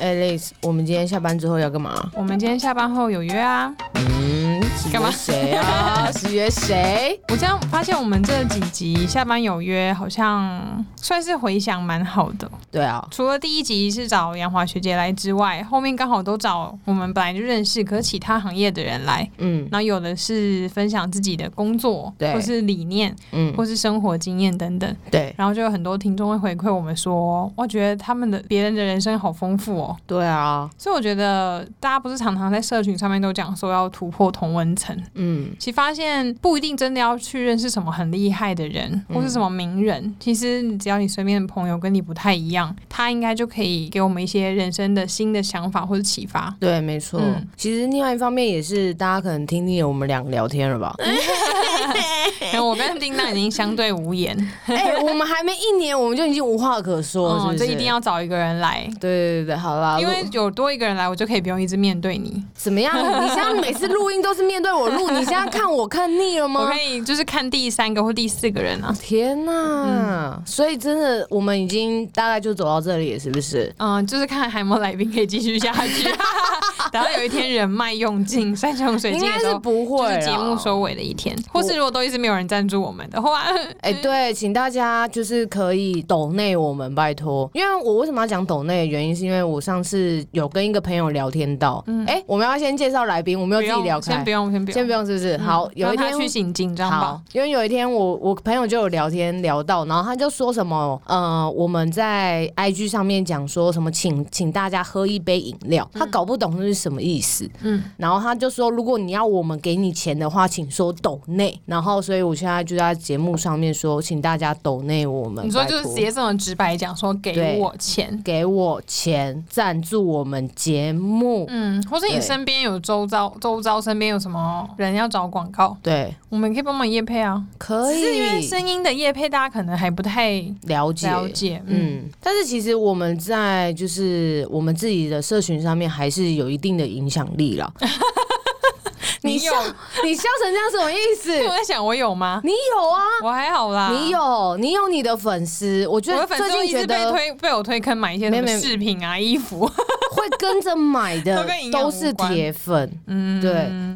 哎、l i z 我们今天下班之后要干嘛？我们今天下班后有约啊！嗯，是干嘛约谁啊？是约谁？我这样发现，我们这几集下班有约，好像算是回想蛮好的。对啊，除了第一集是找杨华学姐来之外，后面刚好都找我们本来就认识，可是其他行业的人来。嗯然后有的是分享自己的工作，对或是理念，嗯，或是生活经验等等。对然后就有很多听众会回馈我们说，我觉得他们的别人的人生好丰富哦。对啊，所以我觉得大家不是常常在社群上面都讲说要突破同温层，嗯其实发现不一定真的要去认识什么很厉害的人，或是什么名人。其实你只要你身边的朋友跟你不太一样，他应该就可以给我们一些人生的新的想法或者启发。对，没错。嗯其实另外一方面也是，大家可能听听我们两个聊天 了吧？可能我跟叮当已经相对 无言，哎、我们还没一年，我们就已经无话可说了，是啊不嗯，是？这一定。要找一个人来。对对对，好啦，因为录有多一个人来，我就可以不用一直面对你，怎 么样？你现在每次录音都是面对我录，你现在看我看腻了我 吗可？以就是看第三个或第四个人啊。天呐！嗯所以真的，我们已经大概就走到这里了，是不是？嗯，就是看海没来宾可以继续下去， 然后有一天人脉用尽，山穷水应尽该的时是候，不会啊就啦是节目收尾的一天，或是如果都一直没有人赞助我们的话， 哎、对，请大家就是可以抖内我们，拜托。因为我为什么要讲抖内的原因，是因为我上次有跟一个朋友聊天到，哎、我们要先介绍来宾，我们嗯不要自己用，聊先开不，用，先不用，先不用，是不是？嗯。好，有一让天他去紧紧张好吧。，因为有一天我我朋友就有聊天聊到，然后他就说什么，呃，我们在 IG 上面讲说什么请请大家喝一杯饮料，他搞不懂这是什么意思，嗯嗯，然后他就说，如果你要我们给你钱的话，请说抖内，然后所以我现在就在节目上面说，请大家抖内我们，嗯你说就是拜托直接这么直白讲，说对给我钱，给我钱赞助我们节目，嗯，或是你对身边有周遭周遭身边有什么人要找广告，对，我们可以帮忙业配啊。可只是因为以声音的业配，大家可能还不太了解了解，嗯嗯，但是其实我们在就是我们自己的社群上面还是有一定的影响力啦。你 你有笑，你笑成这样什么意 思？我在想，我有吗？你有啊，我还好啦，你有，你有你的粉丝，我觉我得的粉最丝都近一觉直被得推被我推坑买一些什没么没饰品啊、衣服， 会跟着买的都跟营养都无是关铁粉，嗯，对，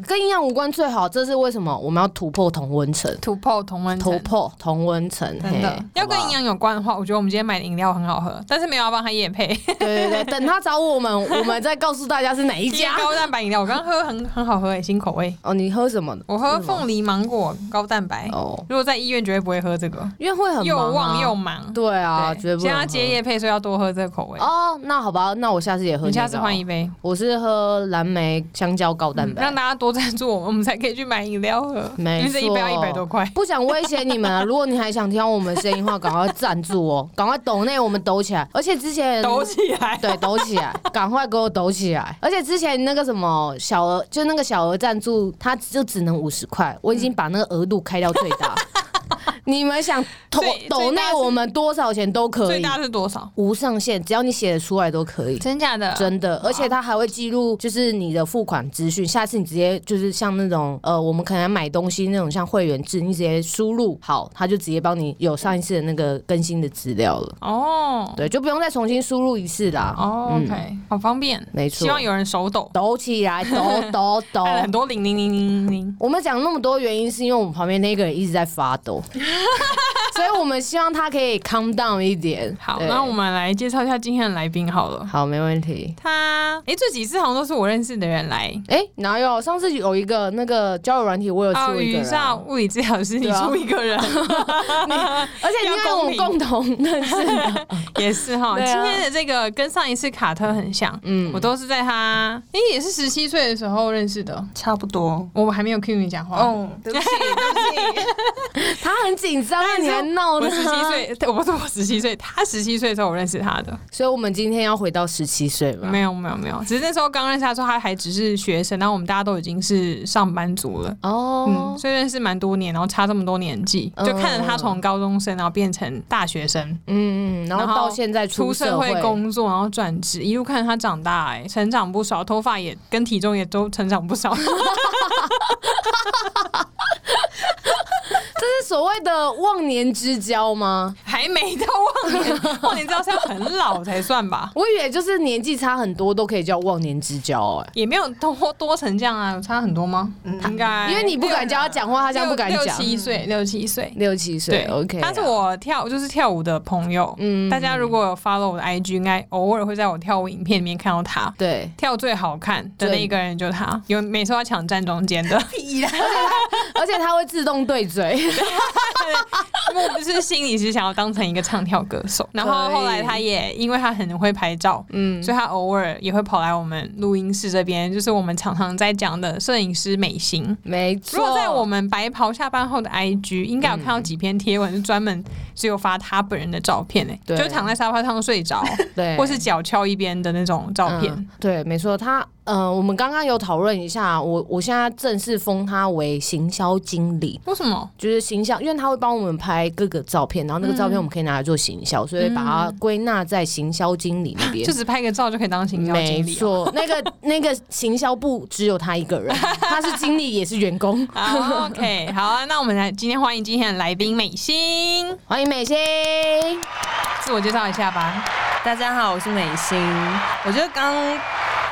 跟营养无关最好，这是为什么？我们要突破同温层，突破同温突层。啊破同温层，真嘿的要跟好不好营养有关的话，我觉得我们今天买的饮料很好喝，但是没有要帮他夜 配。对对对，等他找我们，我们再告诉大家是哪一 一些家。高蛋白饮料，我刚喝很很好喝诶、新口味。哦，你喝什么？我喝凤梨芒果高蛋白。哦，如果在医院绝对不会喝这个，因为会很又忙啊旺又忙。对啊，绝对不现在能要接喝夜配，所以要多喝这个口味。哦，那好吧，那我下次也喝、你下次换一，杯，嗯我是喝蓝莓香蕉高蛋白让。大家多赞助我们，我们才可以去买饮料喝。没因为这一杯要一百多块。不想威胁你们啊！ 如果你还想听我们声音的话，赶快赞助哦，赶快抖内我 们抖起来。而且之前抖起来，对抖起来， 赶快给我抖起来。而且之前那个什么小额，就那个小额赞助，它就只能五十块，我已嗯经把那个额度开到最 大。你们想抖所以抖内我们多少钱都可最以，大是多少？无上限，只要你写得出来都可以。真假的？真的，而且它还会记录就是你的付款资讯。下次你直接就是像那种呃，我们可能买东西那种像会员制，你直接输入好，它就直接帮你有上一次的那个更新的资料了。哦对，就不用再重新输入一次啦。哦，OK，好方便。嗯没错哦希望有人手抖，抖起来，抖抖 抖。按了很多零零零零零。我们讲那么多原因，是因为我们旁边那个人一直在发 抖，所以我们希望他可以 calm down 一点。好，对那我们来介绍一下今天的来宾好了。好，没问题。他，哎、这几次好像都是我认识的人来。哎、哪有？上次有一个那个交友软体，我有哦，出一个雨人啊、少物理治疗师，你对啊出 一个人，而且因为我们 要共同认识的，也是哈。对啊今天的这个跟上一次卡特很像，嗯嗯，我都是在他，哎、也是十七岁的时候认识的。差不多。我们还没有 cue 你讲话，哦，对不起， 对不起，他很紧张，啊，你你知还道闹 我呢。十七，岁，对我不是我十七岁，他十七岁的时候我认识他的。所以我们今天要回到十七岁嘛没？有没有没有，只是那时候刚认识他的时候，他还只是学生，然后我们大家都已经是上班族了。嗯，哦，所以认识蛮多年，然后差这么多年纪，嗯就看着他从高中生，然后变成大学生，嗯嗯，然后到现在出社社会会，工作，然后转职，一路看着他长大、哎，成长不少，头发也跟 体重也都成长不少。这这是所谓的忘年之交吗？还没到忘年，忘年之交是要很老才算吧？我以为就是年纪差很多都可以叫忘年之交、哎。也没有多多成这样啊，有差很多吗？应该，嗯因为你不敢教他讲话，他现在不敢哎六讲。七岁，六七岁。六七岁对，OK 啊。他是我跳，就是跳舞的朋友。嗯嗯，大家如果有 follow 我的 IG，应该偶尔会在我跳舞影片里面看到他。对，跳最好看的对那一个人就是他，有每次都要抢站中间 的，屁啦！而且他会自动对 嘴。我不是心里是想要当成一个唱跳歌手。然后后来他也因为他很会拍照，嗯，所以他偶尔也会跑来我们录音室这边，就是我们常常在讲的摄影师美心。没错。如果在我们白袍下班后的 IG，应该有看到几篇贴文是专门只有发他本人的照片诶、对就躺在沙发上睡着，对，或是脚翘一边的那种照片。嗯对，没错，他呃，我们刚刚有讨论一下，我我现在正式封他为行销经理。为什么？就是形象，因为他会帮我们拍各个照片，然后那个照片我们可以拿来做行销，所以把它归纳在行销经理那边。嗯就只拍个照就可以当行销没经理、啊？错，那个那个行销部只有他一个人，他是经理也是员 工。好，OK，好啊，那我们来今天欢迎今天的来宾美心，欢迎美心，自我介绍一下吧。大家好，我是美心。我觉得刚刚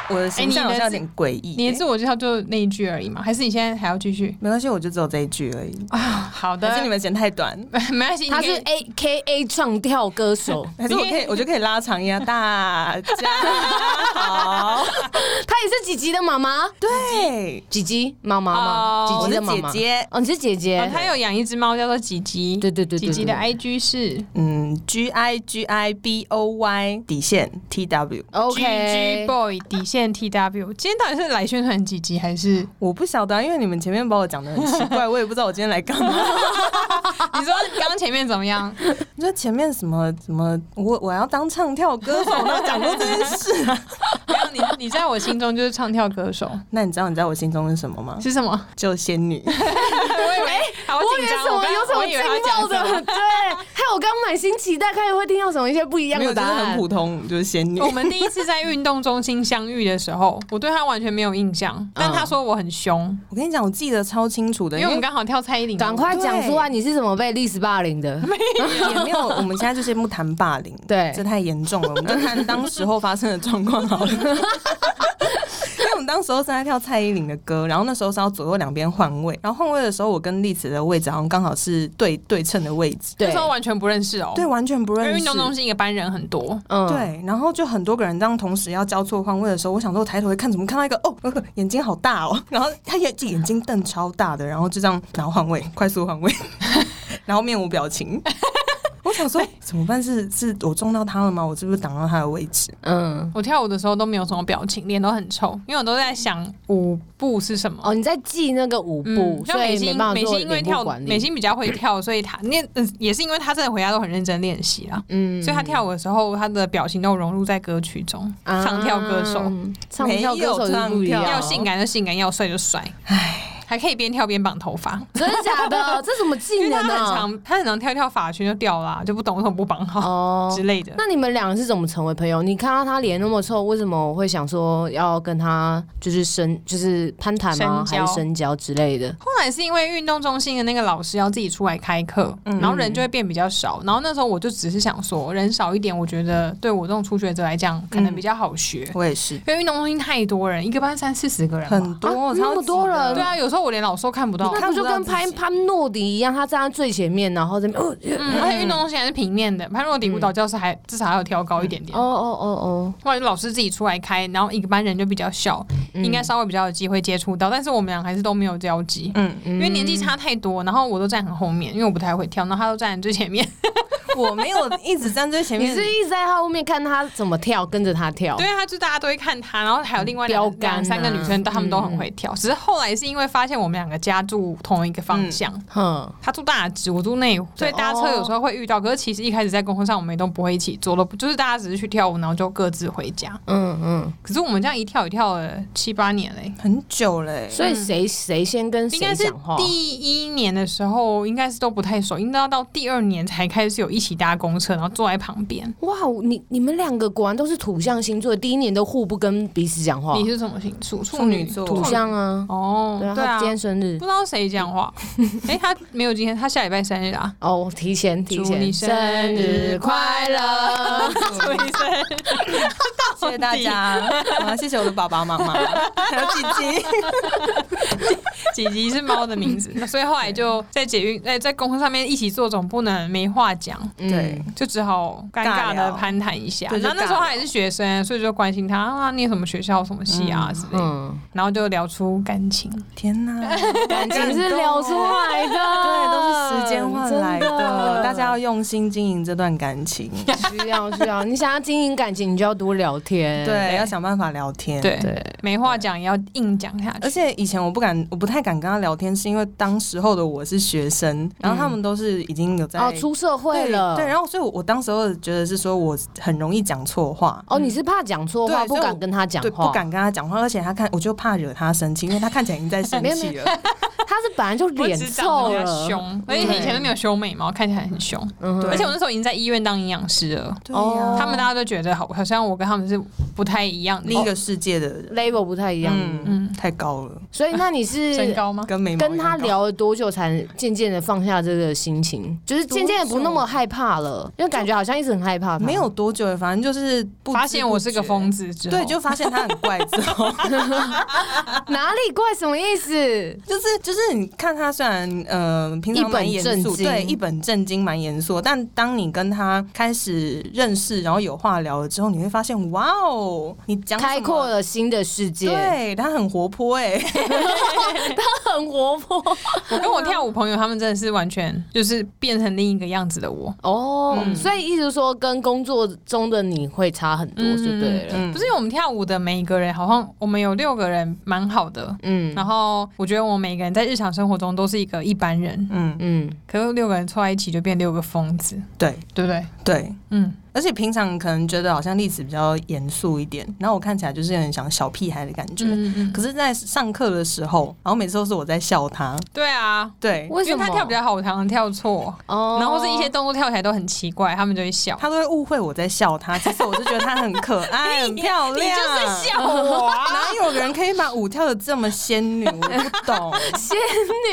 我哎的形象好像有点诡异、你的自我介绍就那一句而已嘛？还是你现在还要 继续？没关系，我就只有这一句而已。啊，好的，但是你们剪太短， 没关系，他是你可以 A K A 唱跳歌 手，还是我可以，我就可以拉长一下。大家好，他也是吉吉的妈妈，对，吉吉妈妈嘛，哦吉我吉是的妈姐妈，姐，哦，你是姐姐哦，他有养一只猫叫做吉吉，对对对对吉吉的对 IG 是嗯，G I G I B O Y 底线 T W， ，OK， GG Boy 底线 TW。今天到底是来宣传吉吉 还是我不晓得、啊，因为你们前面把我讲的很奇 怪，我也不知道我今天来干嘛。你说刚前面怎么样？ 你说前面什么什么，我我要当唱跳歌手，没有讲过这件事、啊。没有你你在我心中就是唱跳歌手那你知道你在我心中是什么吗？是什么？就仙 女。我 以为 好我以为紧张，什么刚有什我么以为他劲爆讲什么的，对，还有我刚满心期待，看会听到什么一些不一样没有，的真答的很案。普通，就是仙女 我。们第一次在运动中心相遇的时候，我对他完全没有印象，但他说我很凶，我跟你讲，我记得超清楚的，因为我们刚好跳蔡依林舞，赶快讲出来，你是怎么被历史霸凌的？也没有， 我们现在就是不谈霸凌，对这太严重了，我们就谈当时候发生的状况好 了。 因为我们当时候是在跳蔡依林的歌，然后那时候是要左右两边换位，然后换位的时候，我跟丽慈的位置好像刚好是对对称的位置，那对时，候完全不认识哦，对，完全不因为认运识动。中心一个班人很多，嗯，对，然后就很多个人这样同时要交错换位的时候，我想说，我抬头一看，怎么看到一个哦， 呃眼睛好大哦， 然后他眼眼睛瞪超大的，然后就这样，然后换位，快速换位， 然后面无表情。 我想说哎怎么办？是是我撞到他了吗？我是不是挡到他的位置？嗯，我跳舞的时候都没有什么表情，脸都很臭，因为我都在想舞步是什么。哦，你在记那个舞步，嗯像所美以没心，办法美做心因为脸跳部，管美理。心比较会跳，所以她那呃也是因为她真的回家都很认真练习啦，嗯所以她跳舞的时候，她的表情都融入在歌曲中。啊唱跳歌手唱跳歌手是不一没有唱跳样，要性感就性感，要帅就帅，唉，还可以边跳边绑头发。真的假 的？这什么因技为他能很啊？常，他很常跳一跳发圈就掉啦，就不懂为什么不绑好、哦之类的。那你们两个是怎么成为朋友？你看到他脸那么臭，为什么会想说要跟他就是深就是攀谈吗？还深交是深交之类的？后来是因为运动中心的那个老师要自己出来开课，然后人就会变比较少。然后那时候我就只是想说，人少一点，我觉得对我这种初学者来讲，可能比较好学。我也是，因为运动中心太多人，一个班三四十个人吧很多、啊超级那么多人的对啊，有时候我连老师都看不到。那不就跟潘潘诺迪一样，他站在最前面，然后这边哦嗯， 而且运动中心还是平面的，潘若迪舞蹈教室还至少还有挑高一点点。哦哦哦后来就老师自己出来开，然后一个班人就比较小，嗯应该稍微比较有机会接触到，但是我们俩还是都没有交集。嗯，因为年纪差太多，然后我都站很后面，因为我不太会跳，然后他都站最 前面，我没有一直站最哦，前你面，是一直在他后面看他怎么跳，跟着他跳对，啊他就大家都会看他，然后还有另外标两杆啊嗯两三个女生，她们都很会跳，只是后来是因为发现我们两个家住同一个方向，嗯哼，他住大直，我住内湖，所以搭车有时候会遇到。可是其实一开始在公车上我们也都不会一起坐了，就是大家只是去跳舞，然后就各自回家。嗯嗯，可是我们这样一跳一跳了七啊八年嘞、很久嘞、所以谁谁先跟应谁该是讲话？第一年的时候，应该是都不太熟，应该要到第二年才开始有一起搭公车，然后坐在旁边。哇，你你们两个果然都是土象星座，第一年都互不跟彼此讲话你。是什么星座？处女座哦土象啊，哦，对啊，对他啊，今天生日不知道谁 讲话。哎、他没有今天，他下礼拜生日啊。哦，提前提祝前你生日快乐！祝你生日谢谢大家，啊，谢谢我的爸爸妈妈，还有姐姐。几集是猫的名字，所以后来就在捷运在在公车上面一起坐，总不能没话讲。 嗯对，就只好尴尬的攀谈一下，尬聊然后那时候他也是学生，所以就关心他啊，念什么学校、什么系啊之类的，嗯，然后就聊出感情。天哪， 哦感情是聊出来的，啊对，都是时间换来真的，大家要用心经营这段感情， 需要需要，你想要经营感情，你就要多聊天。哦对，要想办法聊天，对，对，没话讲也要硬讲下而去。且以前我不敢，我不太敢跟他聊天，是因为当时候的我是学生，然后他们都是已经有在嗯哦，出社会对了，对，然后所以我，我当时候觉得是说我很容易讲错话。哦，你是怕讲错话，嗯对不所以敢我跟他讲对，话，不敢跟他讲话，而且他看我就怕惹他生气，因为他看起来已经在生没有没气有了。他是本来就脸我只长臭得比较了，凶，而且以前都没有修眉毛，看起来很凶。嗯哼对而且我那时候已经在医院当营养师了，对呀、哦他们大家都觉得好，好像我跟他们是不太一样的。哦另一个世界的人， ，level 不太一样。嗯，嗯，太高了，所以那你 是身高吗？跟眉毛跟一样他高，聊了多久才渐渐的放下这个心情？就是渐渐的不那么害怕了，因为感觉好像一直很害怕他。没有多久，反正就是不知发现我是个不觉疯子之后，对，就发现他很怪 之后，哪里怪，什么意思？就是就是你看他虽然呃平常蛮严一本肃，正经对，一本正经蛮严肃，但当你跟他开始认识，然后有话聊了之后，你会发现哇哦，你讲什么开阔了新的世界，对他很活泼哎、 很活泼我跟我跳舞朋友他们真的是完全就是变成另一个样子的我。哦。嗯所以意思说，跟工作中的你会差很多，就对了。嗯不是因为我们跳舞的每一个人，好像我们有六个人蛮好的。嗯然后我觉得我们每个人在日常生活中都是一个一般人，嗯，嗯，可是六个人凑在一起就变六个疯子，对对不对？对，嗯，而且平常可能觉得好像例子比较严肃一点，然后我看起来就是有点像小屁孩的感觉。嗯嗯，可是，在上课的时候，然后每次都是我在笑他，对啊，对为什因么为他跳比较好，我常常跳错，哦然后是一些动作跳起来都很奇怪，他们就会笑。他都会误会我在 笑他。其实我是觉得他很可爱、很漂亮，你就是笑我啊哪有人可以把舞跳的这么仙女？我不 懂，仙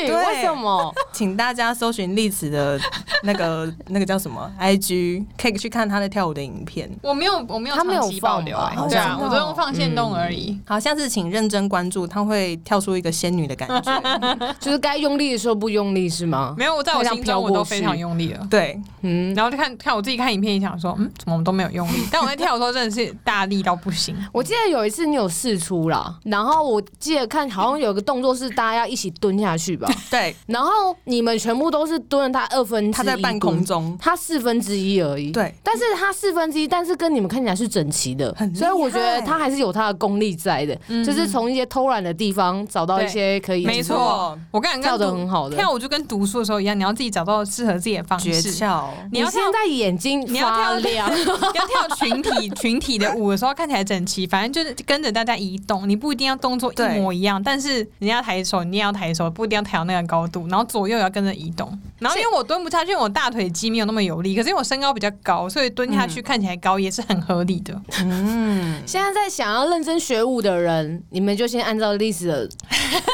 女对为什么？请大家搜寻栗子的那个 那个叫什么 IG，可以去看她的跳舞的影片。我没有，我没有他没有长期保留、放哎吧对啊，哦我都用放线动而已。好，下次请认真关注，她会跳出一个仙女的感 觉。就是该用力的时候不用力是吗？没有，我在我非常心飘中我过都非去常用力了。对，嗯，然后就看看我自己看影片，也想说，嗯，怎么我们都没有用力？但我在跳的时候真的是大力到 不行，我记得有一次你有试出啦，然后我记得看好像有个动作是大家要一起蹲下去 吧，对，然后你们全部都是蹲了他二分之一，她在半空，中。他四分之一而已。。对，但是他四分之一，但是跟你们看起来是整齐的很，厉害所以我觉得他还是有他的功力在的，就是从一些偷懒的地方找到一些可以嗯没错。我感觉哦跳跟得读很好的。跳舞就跟读书的时候一样，你要自己找到适合自己的方诀式。 窍。你要现跳，在眼睛你要发跳亮， 你要跳群体群体的舞的时候，看起来整齐，反正就是跟着大家移动。你不一定要动作对一模一样，但是人家抬手，你也要抬手，不一定要抬到那个高度，然后左右也要跟着移动。然后因为我蹲不下去，因为我大腿肌没有那么有力，可是因为我身高比较高，所以蹲下去看起来高也是很合理的。嗯，现在在想要认真学舞的人，你们就先按照历史的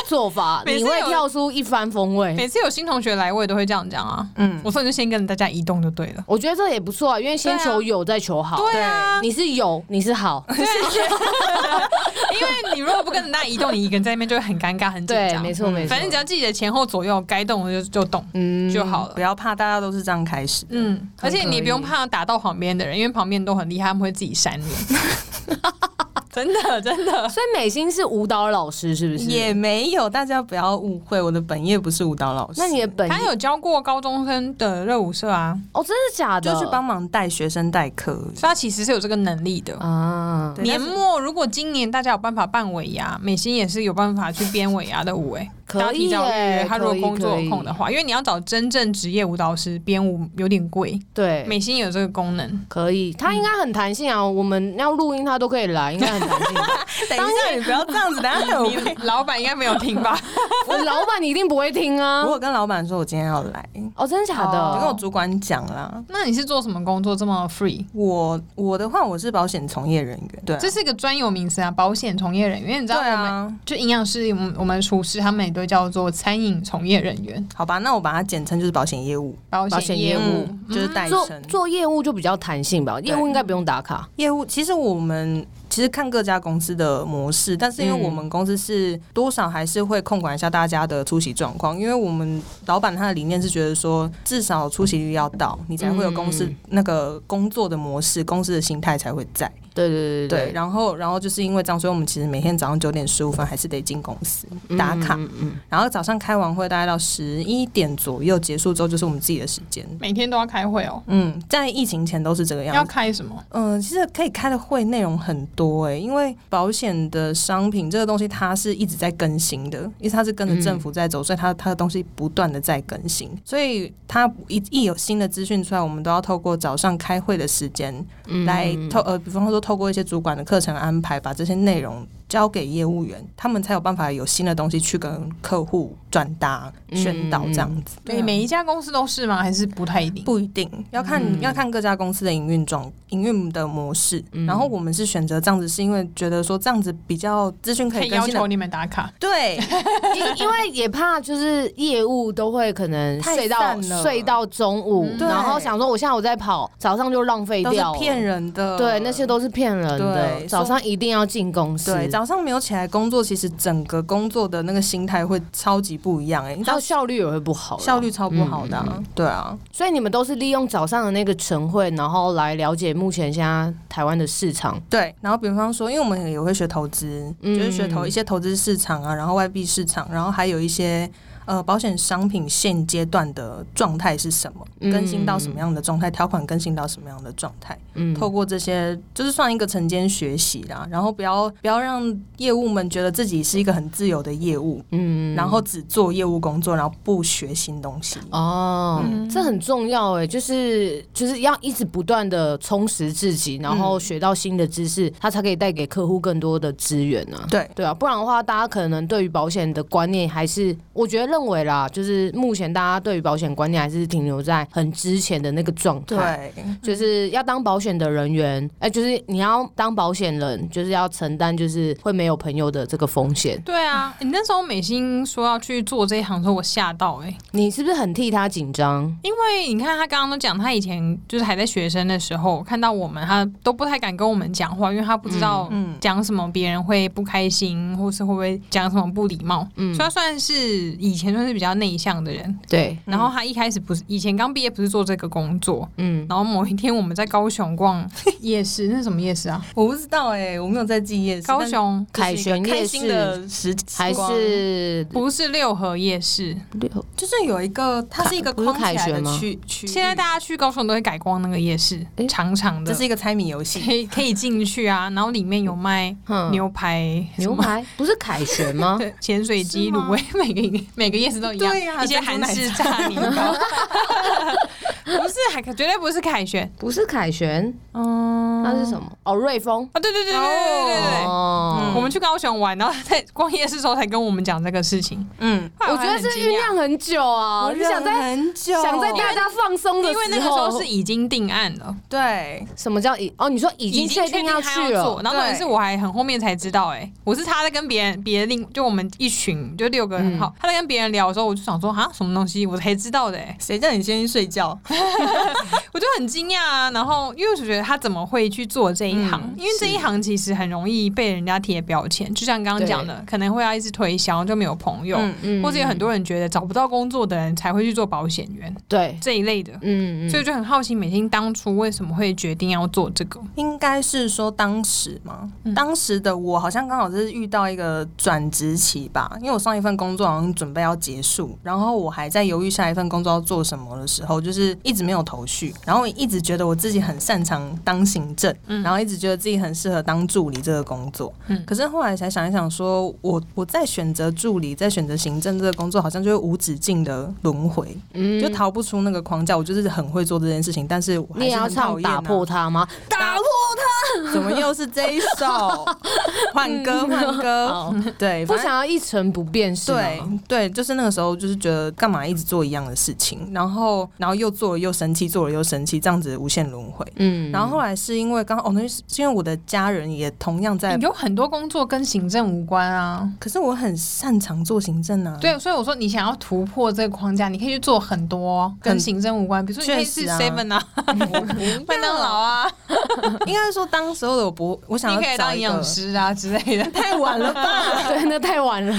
做法， 每次你会有跳出一番风味。每次有新同学来，我也都会这样讲啊。嗯嗯，我说你就先跟大家移动就对了。我觉得这也不错啊，因为先对啊求有，再求好。对啊，你是有，你是 好，因为你如果不跟着大家移动，你一个人在那边就会很尴尬、很紧对，张。嗯没错没错。反正只要记得前后左右该动的就就动嗯就好不了。要怕，大家都是这样开始。嗯，而且你也不用怕打到旁边的人，因为旁边都很厉害，他们会自己 闪你。真的，真的，所以美心是舞蹈老师，是不是？也没有，大家不要误会，我的本业不是舞蹈老师，那你的本他有教过高中生的热舞社啊，哦，真的假的？就是帮忙带学生代课。所以他其实是有这个能力的。啊，对年末如果今年大家有办法办尾牙，美心也是有办法去编尾牙的舞、欸，哎，大可家提以早预约耶，他如果可以工作可有以空的话，因为你要找真正职业舞蹈师编舞有点贵，对，美心有这个功能。可以，他应该很弹性啊。我们要录音，他都可以来，应该很弹 性吧。等一下，你不要这样子，等一下我你老板应该没有听吧？我老板你一定不会听啊我。有跟老板说我今天要来，哦，真的假的？我哦跟我主管讲啦。那你是做什么工作这么 free？我我的话，我是保险从业人员，对啊、这是一个专有名词啊，保险从业人员。因为你知道我对们、啊，就营养师，我们我们厨师他们也都叫做餐饮从业人员，好吧，那我把它简称就是保险业务，保保险险业业务。务嗯就是代做称做业务就比较弹性吧，业务应该不用打卡。业务。其实我们其实看各家公司的模式，但是因为嗯我们公司是多少还是会控管一下大家的出席状况，因为我们老板他的理念是觉得说，至少出席率要到，你才会有公司嗯那个工作的模式，公司的心态才会在。对对对对，然后然后就是因为这样，所以我们其实每天早上九点十五分还是得进公司嗯打卡，嗯嗯然后早上开完会大概到十一点左右结束之后，就是我们自己的时间。每天都要开会哦，嗯，在疫情前都是这个要样子。开什么？嗯、其实可以开的会内容很多诶、欸因为保险的商品这个东西它是一直在更新的，因为它是跟着政府在走，所以它它的东西不断的在更新，所以它一一有新的资讯出来，我们都要透过早上开会的时间嗯来嗯透呃，比方说透过一些主管的课程安排，把这些内容交给业务员，他们才有办法有新的东西去跟客户转达、嗯宣导这样子。每每一家公司都是吗？还是啊不太一定？不一定要看、嗯要看各家公司的营运状营运的模式。嗯然后我们是选择这样子，是因为觉得说这样子比较资讯可可以以更要新的求。你们打卡，对，因因为也怕就是业务都会可能太睡到散了睡到中午嗯，对然后想说我下午再跑，早上就浪费都是掉了，骗人的。对，那些都是骗人的对。早上一定要进公司，对，早上没有起来工作，其实整个工作的那个心态会超级不一样哎、欸，你然知道后效率也会不好啦，效率超不好的啊、嗯嗯对啊。所以你们都是利用早上的那个晨会，然后来了解目前现在台湾的市场。对，然后比方说，因为我们也会学投资，嗯就是学投一些投资市场啊，然后外币市场，然后还有一些呃保险商品现阶段的状态是什么，嗯更新到什么样的状态，条款更新到什么样的状态，嗯，透过这些就是算一个晨间学习啦，然后不要不要让业务们觉得自己是一个很自由的业务，嗯然后只做业务工作，然后不学新东西。哦，嗯这很重要哎，就是就是要一直不断的充实自己，然嗯后学到新的知识，它才可以带给客户更多的资源啊。对，对啊，不然的话，大家可能对于保险的观念还是，我觉得认为啦，就是目前大家对于保险观念还是停留在很之前的那个状态。对，就是要当保险的人员，哎、就是你要当保险人，就是要承担就是会没有朋友的这个风险。对啊，你那时候美心说要去做这一行的时候，我吓到哎、欸你是不是很替他紧张？因为你看他刚刚都讲，他以前就是还在学生的时候，看到我们，他都不太敢跟我们讲话，因为他不知道嗯讲什么别人会不开心，或是会不会讲什么不礼貌，所以他算是以前算是比较内向的嗯人。对，然后他一开始不是以前刚毕业不是做这个工作，嗯，然后某一天我们在高雄逛夜市，那是什么夜市啊？我不知道哎、我没有在记夜市，高但雄就是凯一个旋开夜心市的时还时光是不是六合夜市，嗯六就是有一个，它是一个不是框起来凯旋的吗区区域。现在大家去高雄都会改逛那个夜市，诶长长的这，是一个猜谜游戏，可以可以进去啊，然后里面有卖嗯哼牛排、牛排 不是凯旋吗？ 对、潜水鸡、卤味， 每个每个夜市都一样，对呀一些韩式炸 年糕，不是海，绝对不是凯旋，不是凯旋，嗯，那是什么？哦，瑞丰。啊？对对对对对对对哦，我们去高雄玩，然后在逛夜市的时候才跟我们讲这个事情，嗯，我觉得是酝酿很久啊，就想在很久，想在大家放松因的为时候，那个时候是已经定案了，对，什么叫已？哦，你说已经确定要他去要了做，，然后重点是我还很后面才知道、哎，我是他在跟别人别的另就我们一群就六个嗯人，好、他在跟别人聊的时候，我就想说啊，什么东西，我才知道的、哎，谁叫你先去睡觉？我就很惊讶啊。然后因为我就觉得他怎么会去做这一行？嗯因为这一行其实很容易被人家贴标签，就像刚刚讲的，可能会要一直推销，就没有朋友，嗯嗯或者有很多人觉得找不到工作的人才会去做保险员对，这一类的。嗯，嗯所以我就很好奇，美心当初为什么会决定要做这个？应该是说当时嘛，嗯当时的我好像刚好是遇到一个转职期吧，因为我上一份工作好像准备要要结束，然后我还在犹豫下一份工作要做什么的时候，就是一直没有头绪，然后一直觉得我自己很擅长当行政，嗯然后一直觉得自己很适合当助理这个工作。嗯可是后来才想一想说，我我在选择助理，在选择行政这个工作，好像就会无止境的轮回，嗯就逃不出那个框架。我就是很会做这件事情，但是我还你也是要很讨唱厌、啊、打破它吗？打破它，怎么又是这一 首？换歌，换歌，哦对，不反正想要一成不变是吗对对，就是那个时候，就是觉得干嘛一直做一样的事情，然后然后又做了又生气，做了又生气，这样子无限轮回。嗯然后后来是因为刚哦，那是是因为我的家人也同样哎在，有很多工作跟行政无关啊。可是我很擅长做行政啊。对，所以我说你想要突破这个框架，你可以去做很多跟很行政无关，比如说你可以确是实啊 Seven 啊、 我不要，麦当劳啊，应该说当时候的我不，我想你要可以找当一营个养。师啊之类的。 太晚了 吧！对，那太晚了，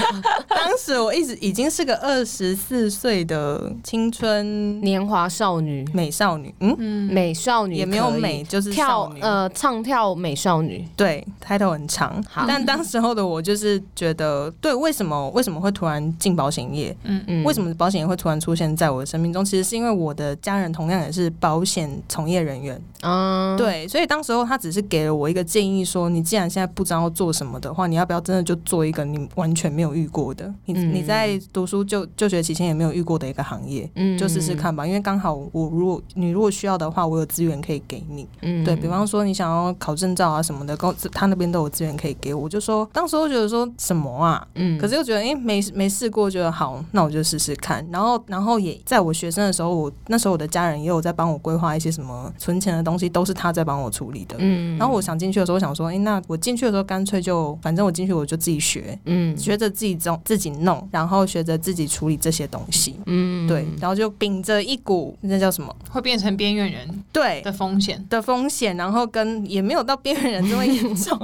当时我一直已经是个二十四岁的青春年华少女、美少女，嗯，嗯，美少女也没有可以美，就是跳少女呃唱跳美少女，对，title 很长好，但当时候的我就是觉得，对，为什么为什么会突然进保险业？嗯，为什么保险业会突然出现在我的生命中？其实是因为我的家人同样也是保险从业人员，嗯，对，所以当时候他只是给了我一个建议说你既然现在不知道做什么的话，你要不要真的就做一个你完全没有遇过的，你、嗯你在读书就就学期间也没有遇过的一个行业，嗯就试试，看吧。因为刚好我如果你如果需要的话，我有资源可以给你。嗯对比，方说你想要考证照啊什么的，公司他那边都有资源可以给我。我就说，当时我觉得说什么啊，嗯可是又觉得诶，没没试过，觉得好，那我就试试看。然后然后也在我学生的时候，我那时候我的家人也有在帮我规划一些什么存钱的东西，都是他在帮我处理的。嗯然后我想进去的时候，我想说，诶，那我进去的时候干脆就，反正我进去我就自己学，嗯学着自己中自己弄，然后学着自己处理这些东西。嗯对，然后就秉着一股那叫什么？会变成边缘人对，的风险。的风险，然后跟也没有到边缘人这么严重，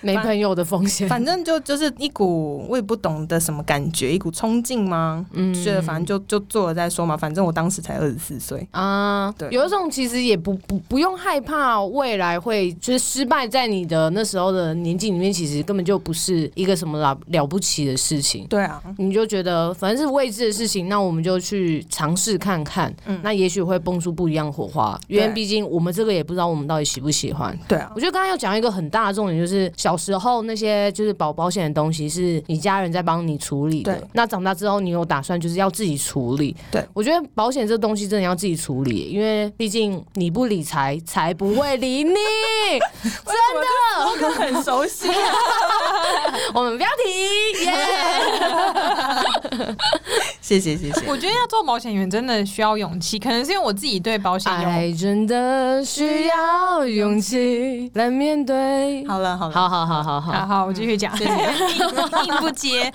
没朋友的风 险，反正就就是一股我也不懂得什么感觉，一股冲劲吗？嗯觉得反正就就做了再说嘛，反正我当时才二十四岁。啊，对有一种其实也不不不用害怕未来会就是失败，在你的那时候的年纪里面，其实根本就不是一个什么了了不起的事情。对啊，你就觉得反正是未知的事情，那我们就去尝试看看，嗯那也许会蹦出不一样火花。因为毕竟我们这个也不知道我们到底喜不喜欢。对啊我，觉得刚刚有讲一个很大的重点，就是小时候那些就是保保险的东西是你家人在帮你处理的对，那长大之后你有打算就是要自己处理。对，我觉得保险这东西真的要自己处理，因为毕竟你不理财，财不会理 你。真的，我很熟悉、我们不要 提，耶、 谢谢谢谢。我觉得要做保险员真的需要勇气，可能是因为我自己对保险有爱真的需要勇气来面对。好了好了，好好好好好好，好，我继续讲， 硬硬不接，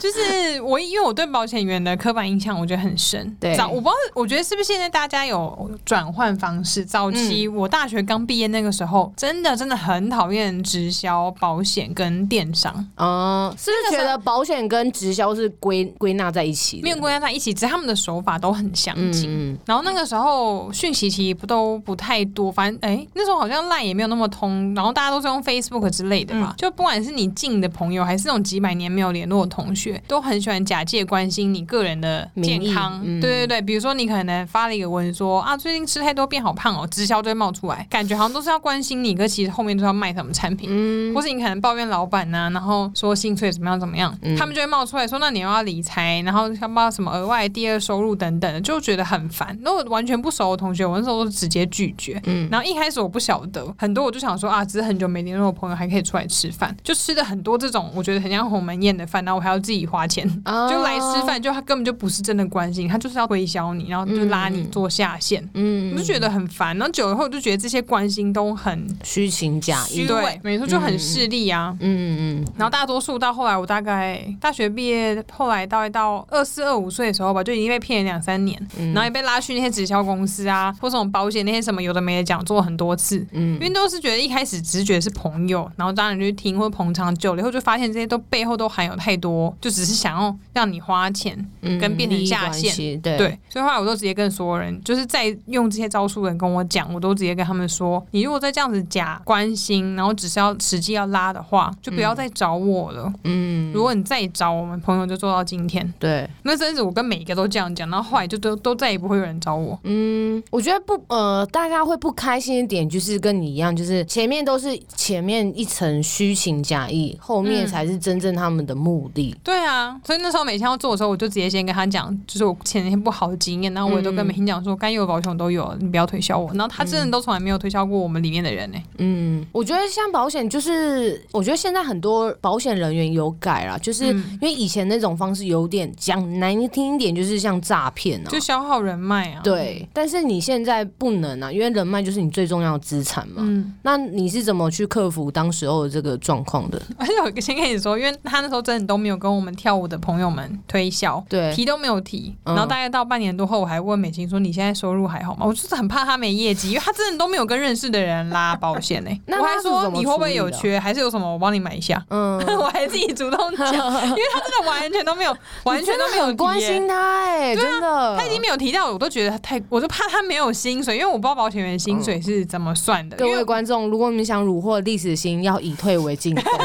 就是我因为我对保险员的刻板印象，我觉得很深。对早我不知道，我觉得是不是现在大家有转换方式？早嗯期我大学刚毕业那个时候，真的真的很讨厌直销、保险跟电商，嗯，是不是觉得保险跟直销是归归纳在一起的？没有跟他一起，只是他们的手法都很相近。嗯，然后那个时候讯息其实不都不太多，反正哎、那时候好像 LINE 也没有那么通，然后大家都是用 Facebook 之类的吧。嗯就不管是你近的朋友，还是那种几百年没有联络的同学，都很喜欢假借关心你个人的健康。名义嗯对对对，比如说你可能发了一个文说啊，最近吃太多变好胖哦，直销就会冒出来，感觉好像都是要关心你，可其实后面都是要卖什么产品。或是你可能抱怨老板呐、然后说薪水怎么样怎么样，嗯他们就会冒出来说，那你又要理财，然后要不要什么额外第二收入等等的，就觉得很烦。那我完全不熟的同学，我那时候都直接拒绝。嗯然后一开始我不晓得，很多我就想说啊，只是很久没联络的朋友还可以出来吃饭，就吃的很多这种我觉得很像鸿门宴的饭，然后我还要自己花钱。啊就来吃，饭，就他根本就不是真的关心，他就是要推销你，然后就拉你嗯做下线，嗯我就觉得很烦。然后久了后，就觉得这些关心都很虚情假嗯意虚，对伪，没错，就很势利啊。嗯嗯然后大多数到后来，我大概大学毕业，后来到到二四二五岁的时候吧，就已经被骗了两三年，嗯然后也被拉去那些直销公司啊，或什么保险那些什么有的没的讲座很多次。因嗯为都是觉得一开始直觉是朋友，然后当然就去听或捧场，久了以后就发现这些都背后都含有太多，就只是想要让你花钱。嗯，跟变成利益下关线系，对对，所以后来我都直接跟所有人，就是在用这些招数的人跟我讲，我都直接跟他们说，你如果再这样子假关心，然后只是要实际要拉的话，就不要再找我了。嗯如果你再找我们朋友，就做到今天。对，那阵子我跟每一个都这样讲，然后后来就都都再也不会有人找我。嗯，我觉得不呃，大家会不开心的点就是跟你一样，就是前面都是前面一层虚情假意，后面嗯才是真正他们的目的。对啊，所以那时候每天要做的时候，我就直接先跟他讲，就是我前天不好的经验，然后我也都跟嗯每天讲说，该有的保险我都有，你不要推销我。然后他真的都从来没有推销过我们里面的人呢、嗯，我觉得像保险，就是我觉得现在很多保险人员有改啦，就是嗯因为以前那种方式有点讲难听一点，就是像诈骗啊就。消耗人脉啊。，对，但是你现在不能啊，因为人脉就是你最重要的资产嘛。嗯，那你是怎么去克服当时候的这个状况的？ 而且我先跟你说，因为他那时候真的都没有跟我们跳舞的朋友们推销。对，提都没有提，嗯然后大概到半年多后，我还问美琴说：“你现在收入还好吗？”我就是很怕他没业绩，因为他真的都没有跟认识的人拉 保险呢、 那我他还是说怎么你会不会处理有的缺，还是有什么我帮你买一下？嗯， 我还自己主动 讲，因为他真的完全都没有，完全都没有你真的很 关提耶心他哎、对啊真的，他已经没有提到，我都觉得他太，我就怕他没有薪水，因为我不知道保险员薪水是怎么算的。嗯各因位为观众，如果你们想虏获历史心，要以退为进，懂 吗？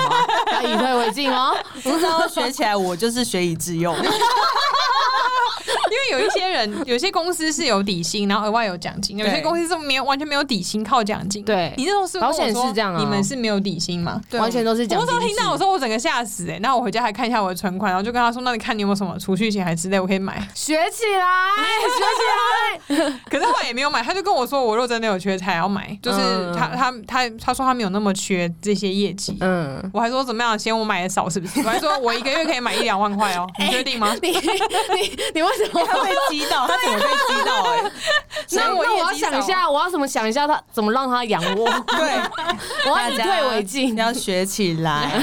要以退为进哦。这招学起来，我就是学以致用。因为有一 些人，有些公司是有底薪，然后额外有奖金；有对些公司是没有完全没有底薪，靠奖金。，对，你那时候是不保险跟我说是这样啊你们是没有底薪吗？对完全都是我讲。那时候听到我，说我整个吓死哎、欸，那我回家还看一下我的存款，然后就跟他说，那你看你有没有什么储蓄险还之类，我可以买。 学起来，哎学起来。可是后来也没有买，他就跟我说，我若真的有缺才要买，就是嗯他、他他他说他没有那么缺这些业绩，嗯，我还说怎么样，嫌我买的少是不是？我还说我一个月可以买一两万块哦，你确定吗？你你你为什么？他被击倒，他怎么被击倒、欸？所 以那我业要绩少想一，下，我要怎么想一下他怎么让他养 我？对，我要以退为进，要学起来，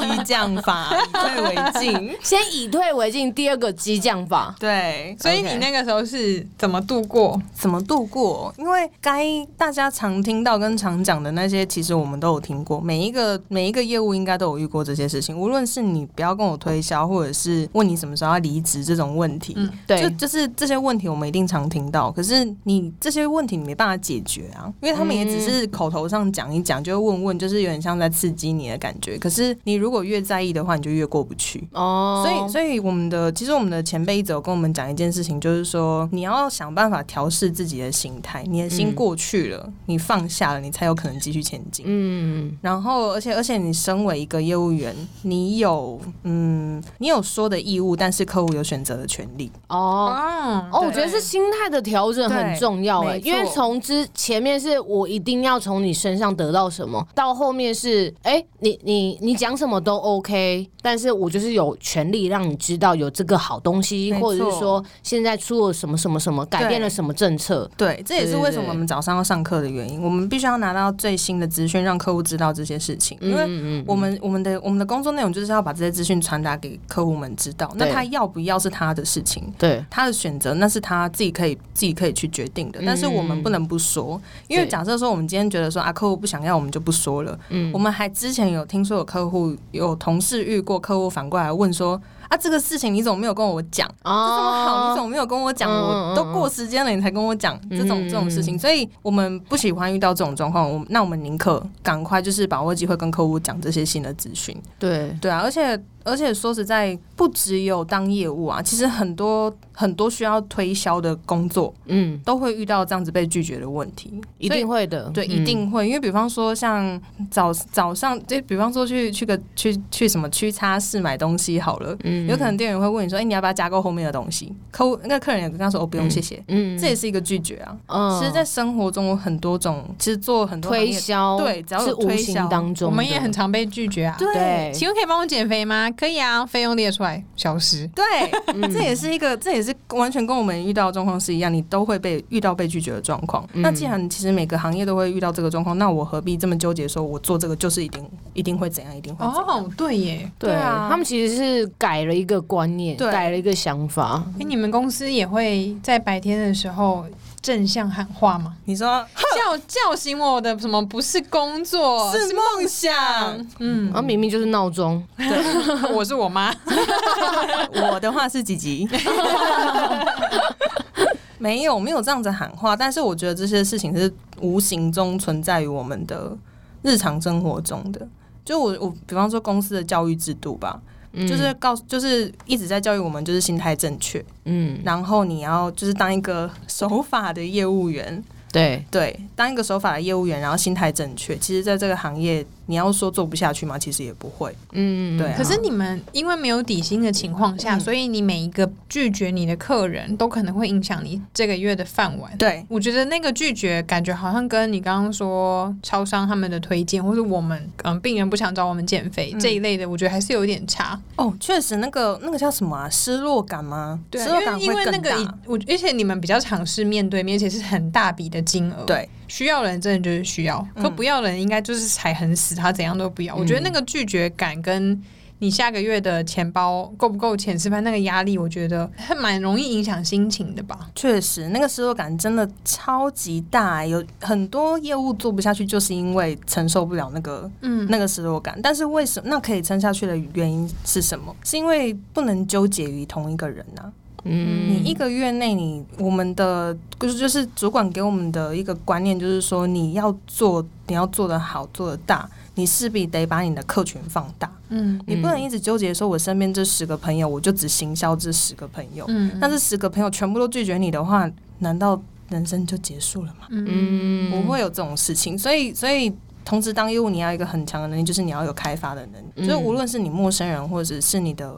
激将法，以退为 进。先以退为进。第二个激将法，对，所以你那个时候是怎么度过？怎么度过？因为该大家常听到跟常讲的那些，其实我们都有听过。每一个每一个业务应该都有遇过这些事情，无论是你不要跟我推销，或者是问你什么时候要离职这种问题，嗯对就就是这些问题我们一定常听到。可是你这些问题你没办法解决啊，因为他们也只是口头上讲一讲，就问问，就是有点像在刺激你的感觉。可是你如果越在意的话，你就越过不去。哦，所以，所以我们的其实我们的前辈一直有跟我们讲一件事情，就是说你要想办法调试自己的心态，你的心嗯过去了，你放下了，你才有可能继续前进。嗯，然后，而且而且，你身为一个业务员，你有嗯，你有说的义务，但是客户有选择的权利。哦，哦，哦，我觉得是心态的调整很重要哎、嗯对没错因为从之前面是我一定要从你身上得到什么，到后面是哎、你你你讲什么都 OK，但是我就是有权利让你知道有这个好东西，没错或者是说现在出了什么什么什么，改变了什么政策，对，这也是为对对什么对我们早上要上课的原因。我们必须要拿到最新的资讯，让客户知道这些事情，因为嗯我们我们的我们的工作内容就是要把这些资讯传达给客户们知道。那对他要不要是他的事情，对他的选择那是他自己可以自己可以去决定嗯的，但是我们不能不说，因为对假设说我们今天觉得说啊客户不想要，我们就不说了。嗯我们还之前有听说有客户有同事遇过，客户反过来问说啊这个事情你怎么没有跟我讲？这这么好，你怎么么没有跟我讲？哦嗯嗯我嗯都过时间了，你才跟我讲这种嗯这种事情，所以我们不喜欢遇到这种状况。我们那我们宁可赶快就是把握机会跟客户讲这些新的资讯。对对啊，而且而且说实在，不只有当业务啊，其实很多很多需要推销的工作嗯，都会遇到这样子被拒绝的问题，一所以定会的，对，嗯一定会，因为比方说像早早上，就比方说去去个去去什么区叉市买东西好了，嗯有可能店员会问你说，哎、你要不要加购后面的东西？客户那客人也跟他说，哦，不用，谢谢，嗯这也是一个拒绝啊。嗯其实，在生活中有很多种，其实做很多行推业销对只要有是无推形销当中我的，们也很常被拒绝啊。对请问可以帮我减肥吗？可以啊，费用列出来，消失。对，嗯这也是一个，这也是完全跟我们遇到的状况是一样，你都会被遇到被拒绝的状况。嗯那既然其实每个行业都会遇到这个状况，那我何必这么纠结？说我做这个就是一定一定会怎样，一定会怎样？哦，对耶，对对啊他们其实是改了一个观念，对改了一个想法，哎，你们公司也会在白天的时候正向喊话吗？你说叫叫醒我的什么不是工作，是梦想，嗯然，后明明就是闹钟，我是我妈。我的话是几级？ 没有，没有这样子喊话，但是我觉得这些事情是无形中存在于我们的日常生活中的。就我我比方说公司的教育制度吧，嗯就是告诉，就是一直在教育我们，就是心态正确，嗯，然后你要就是当一个守法的业务员，对，对，当一个守法的业务员，然后心态正确。其实，在这个行业，你要说做不下去吗？其实也不会。嗯，对啊可是你们因为没有底薪的情况下，嗯所以你每一个拒绝你的客人都可能会影响你这个月的饭碗。对，我觉得那个拒绝感觉好像跟你刚刚说超商他们的推荐，或是我们嗯病人不想找我们减肥、嗯这一类的，我觉得还是有一点差。哦，确实，那个那个叫什么啊？失落感吗？对失啊，落因感为会因为那更个大。以我，而且你们比较尝试面对面，而且是很大笔的金额。对，需要的人真的就是需要，嗯可不要的人应该就是踩很死，他怎样都不要。我觉得那个拒绝感跟你下个月的钱包够不够钱吃饭那个压力，我觉得还蛮容易影响心情的吧。确实，那个失落感真的超级大，欸有很多业务做不下去，就是因为承受不了那个嗯，那个失落感。但是为什么那可以撑下去的原因是什么？是因为不能纠结于同一个人啊。嗯，你一个月内你，我们的就是就是主管给我们的一个观念，就是说你要做，你要做得好，做得大，你势必得把你的客群放大，嗯你不能一直纠结说，我身边这十个朋友，我就只行销这十个朋友，嗯，那这十个朋友全部都拒绝你的话，难道人生就结束了吗？嗯不会有这种事情，所以所以。同时当业务，你要有一个很强的能力，就是你要有开发的能力。嗯就是无论是你陌生人，或者是你的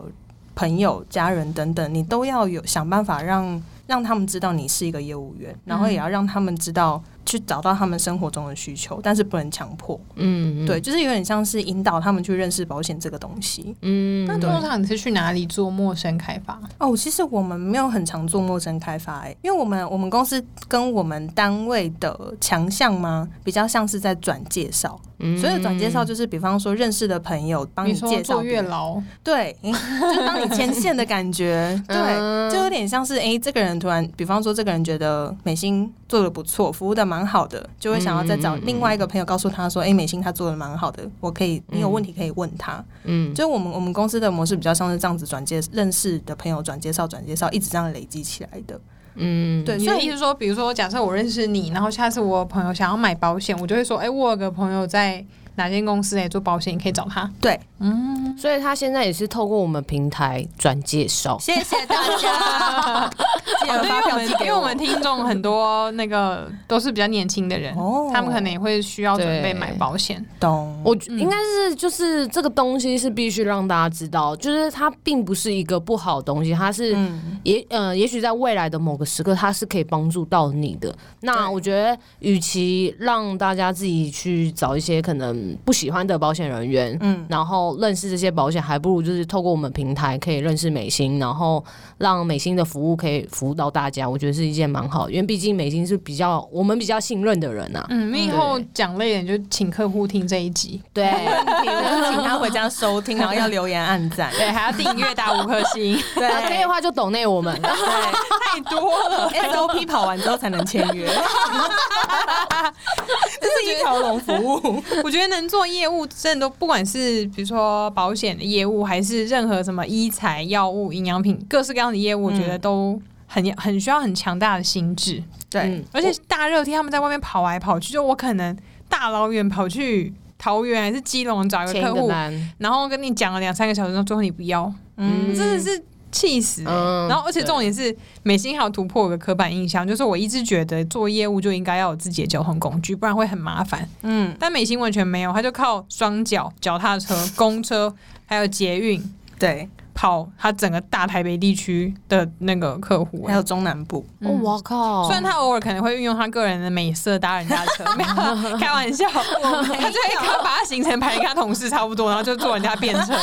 朋友、家人等等，你都要有想办法让让他们知道你是一个业务员，嗯然后也要让他们知道去找到他们生活中的需求，但是不能强迫。嗯，嗯，对，就是有点像是引导他们去认识保险这个东西。嗯，那通常你是去哪里做陌生开发？哦，其实我们没有很常做陌生开发、欸，因为我们我们公司跟我们单位的强项吗，比较像是在转介绍。嗯所有转介绍就是，比方说认识的朋友帮你说介绍做别月人，老，对， 就是帮你牵线的感 觉，对。嗯就有点像是，哎、这个人突然，比方说这个人觉得美心做的不错，服务的蛮好的，就会想要再找嗯嗯嗯另外一个朋友告诉他说，哎、美心她做的蛮好的，我可以，你有问题可以问他。嗯，就我们我们公司的模式比较像是这样子转介认识的朋友转介绍转介绍，一直这样累积起来的。嗯，对，你所的以意思说，比如说，假设我认识你，然后下次我朋友想要买保险，我就会说，哎、我有个朋友在哪间公司也哎做保险，你可以找他。对，嗯，所以他现在也是透过我们平台转介绍， 谢谢大 家，记哦得对，因为我发票们寄因给为我们听众很多那个都是比较年轻的人，哦他们可能也会需要准备买保险。懂我应该是就是这个东西是必须让大家知道，就是它并不是一个不好的东西，它是嗯也呃，也许在未来的某个时刻，它是可以帮助到你的。那对我觉得，与其让大家自己去找一些可能不喜欢的保险人员，嗯然后认识这些保险，还不如就是透过我们平台可以认识美心，然后让美心的服务可以服务到大家，我觉得是一件蛮好，因为毕竟美心是比较我们比较信任的人 呐、啊。嗯，你以后讲累了，你就请客户听这一集，对，问题，我就请他回家收听，然后要留言按赞。对，还要订阅打五颗星， 对那可以的话就抖内我们。太多 了。 SOP 跑完之后才能签约，这是一条龙服务。 我觉得能做业务，真的都不管是比如说保险的业务，还是任何什么医材、药物、营养品，各式各样的业务，我觉得都很很需要很强大的心智。对嗯，而且大热天他们在外面跑来跑去，就我可能大老远跑去桃园还是基隆找一个前客一个户，单，然后跟你讲了两三个小时，然后最后你不要，嗯真的是。气死欸、嗯然后，而且对重点是，美心还有突破我的刻板印象，就是我一直觉得做业务就应该要有自己的交通工具，不然会很麻烦。嗯，但美心完全没有，他就靠双脚、脚踏车、公车，还有捷运对，跑他整个大台北地区的那个客户、还有中南部，哦，我靠！虽然他偶尔可能会运用他个人的美色搭人家的 车，没有开玩笑，他就会把他行程排得跟他同事差不多，然后就坐人家便车。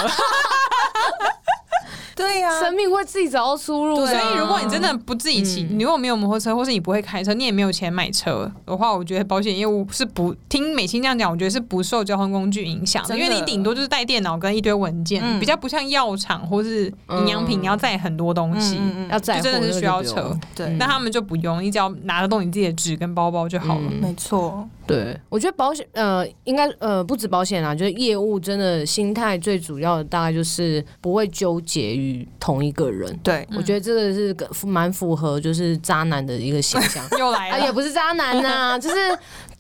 对呀生命会自己找到出路的啊。啊所以如果你真的不自己骑，嗯你如果没有摩托车，或是你不会开车，你也没有钱买车的话，我觉得保险业务是不听美心这样讲，我觉得是不受交通工具影响的，真因的为你顶多就是带电脑跟一堆文件，嗯比较不像药厂或是营养品，嗯你要载很多东西。嗯嗯要嗯，在乎就真的是需要那个就不用车对那他们就不用，你只要拿得动你自己的纸跟包包就好了。嗯没错，对，我觉得保险呃，应该啊呃，不止保险啦，就是业务真的心态最主要的大概就是不会纠结于于同一个人。对，我觉得这个是个蛮符合就是渣男的一个形象。又来啊，了，也不是渣男呐、 就是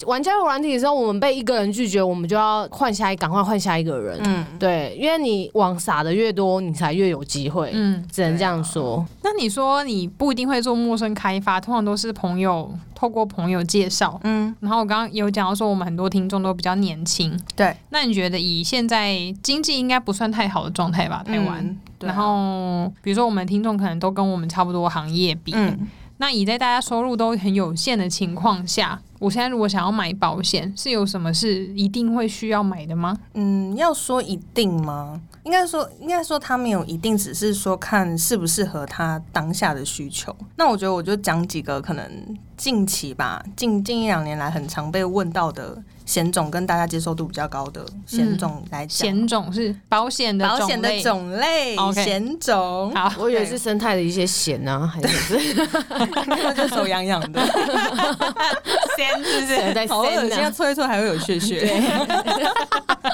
玩交友软体的时候，我们被一个人拒绝，我们就要换下一，赶快换下一个人。嗯，对，因为你网撒的越多，你才越有机会，嗯，只能这样说。那你说你不一定会做陌生开发，通常都是朋友透过朋友介绍。嗯，然后我刚刚有讲到说，我们很多听众都比较年轻，对，那你觉得以现在经济应该不算太好的状态吧，台湾？嗯对啊然后比如说我们听众可能都跟我们差不多行业比，嗯，那以在大家收入都很有限的情况下，我现在如果想要买保险，是有什么是一定会需要买的吗？嗯，要说一定吗？应该说，应该说他没有一定，只是说看适不适合他当下的需求。那我觉得我就讲几个可能近期吧，近近一两年来很常被问到的险种，跟大家接受度比较高的险种来讲。险种是保险的保嗯险的类种类 OK，险种，好， 我以为是生态的一些险 啊，还是 那就手痒痒的，先是不是？在好恶心，要啊。搓一搓还会有血血。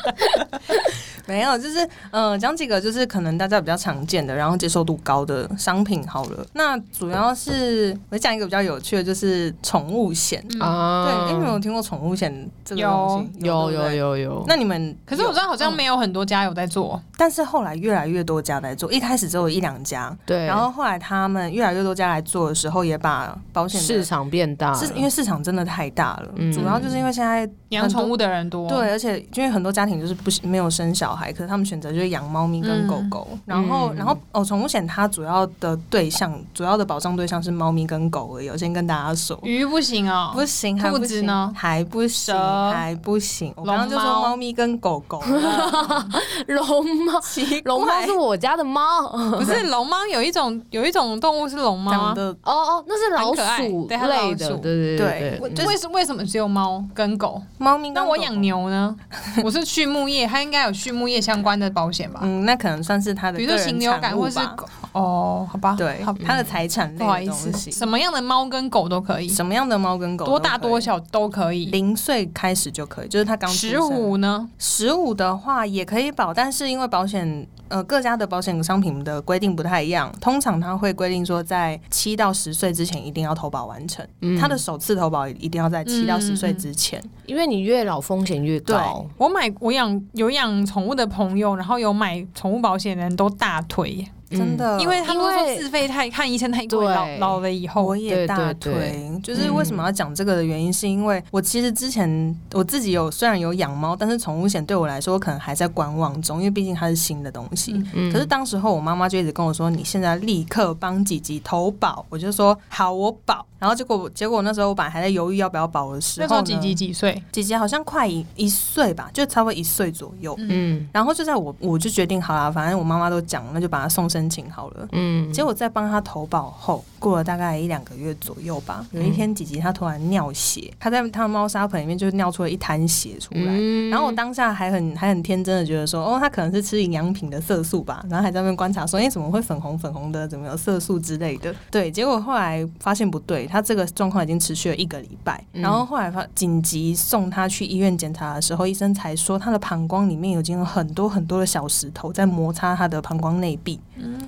没有，就是呃，讲几个就是可能大家比较常见的，然后接受度高的商品好了。那主要是我讲一个比较有趣的，就是宠物险。对，哎因为你们有听过宠物险这个东西？有对不啊有对。有有，那你们，可是我知道好像没有很多家有在做，但是后来越来越多家来做，一开始只有一两家，对，然后后来他们越来越多家来做的时候，也把保险的市场变啊大了，是因为市场真的太大了，嗯主要就是因为现在养宠物的人多，对，而且因为很多家庭就是不喜没有生小孩，可是他们选择就是养猫咪嗯跟狗狗。然后，嗯然后哦，宠物险它主要的对象，主要的保障对象是猫咪跟狗而已。我先跟大家说，鱼不行哦，不行，还兔不子行呢还不行蛇，还不行。我刚刚就龙说猫猫咪跟狗 狗了，龙猫，奇怪龙猫是我家的猫，哦不是龙猫有一种有一种动物是龙猫长 啊，得哦，那是老很可爱鼠对它是老类的，鼠对对对我对就对是为什为什么只有猫跟狗？猫咪。那我养。牛呢？ 我是畜牧业，它应该有畜牧业相关的保险吧？嗯，那可能算是它的比如说个人禽流产感物或是吧狗哦，好吧，对好，嗯它的财产不好类意的东思，西，什么样的猫跟狗都可以，什么样的猫跟狗多都大可多以？小都可以。零岁开始就可以，就是它刚出石生虎呢？十五的话也可以保，但是因为保险呃各家的保险商品的规定不太一样，通常它会规定说在七到十岁之前一定要投保完成，嗯它的首次投保一定要在七到十岁之前。因为你越老风险越高，我买我养有养宠物的朋友，然后有买宠物保险的人都大腿耶，嗯真。的，因为他们都因说为自费太看医生太贵，对老老了以后我也大推，对嗯就是为什么要讲这个的原因，是因为我其实之前我自己有虽然有养猫，但是宠物险对我来说，我可能还在观望中，因为毕竟它是新的东西。嗯可是当时候我妈妈就一直跟我说：“你现在立刻帮姐姐投保。”我就说：“好，我保。”然后结果结果那时候我本来还在犹豫要不要保的时那时候候呢，几几几岁？姐姐好像快一一岁吧，就差不多一岁左右。嗯然后就在我我就决定好啦，反正我妈妈都讲，那就把它送申请好了。嗯，结果在帮他投保后，过了大概一两个月左右吧，有一天吉吉他突然尿血，他在他的猫砂盆里面就尿出了一滩血出来。嗯然后我当下还很还很天真的觉得说，哦，他可能是吃营养品的色素吧，然后还在那边观察说，哎、怎么会粉红粉红的，怎么有色素之类的？对，结果后来发现不对，他这个状况已经持续了一个礼拜，然后后来发紧急送他去医院检查的时候，医生才说他的膀胱里面已经有很多很多的小石头在摩擦他的膀胱内壁，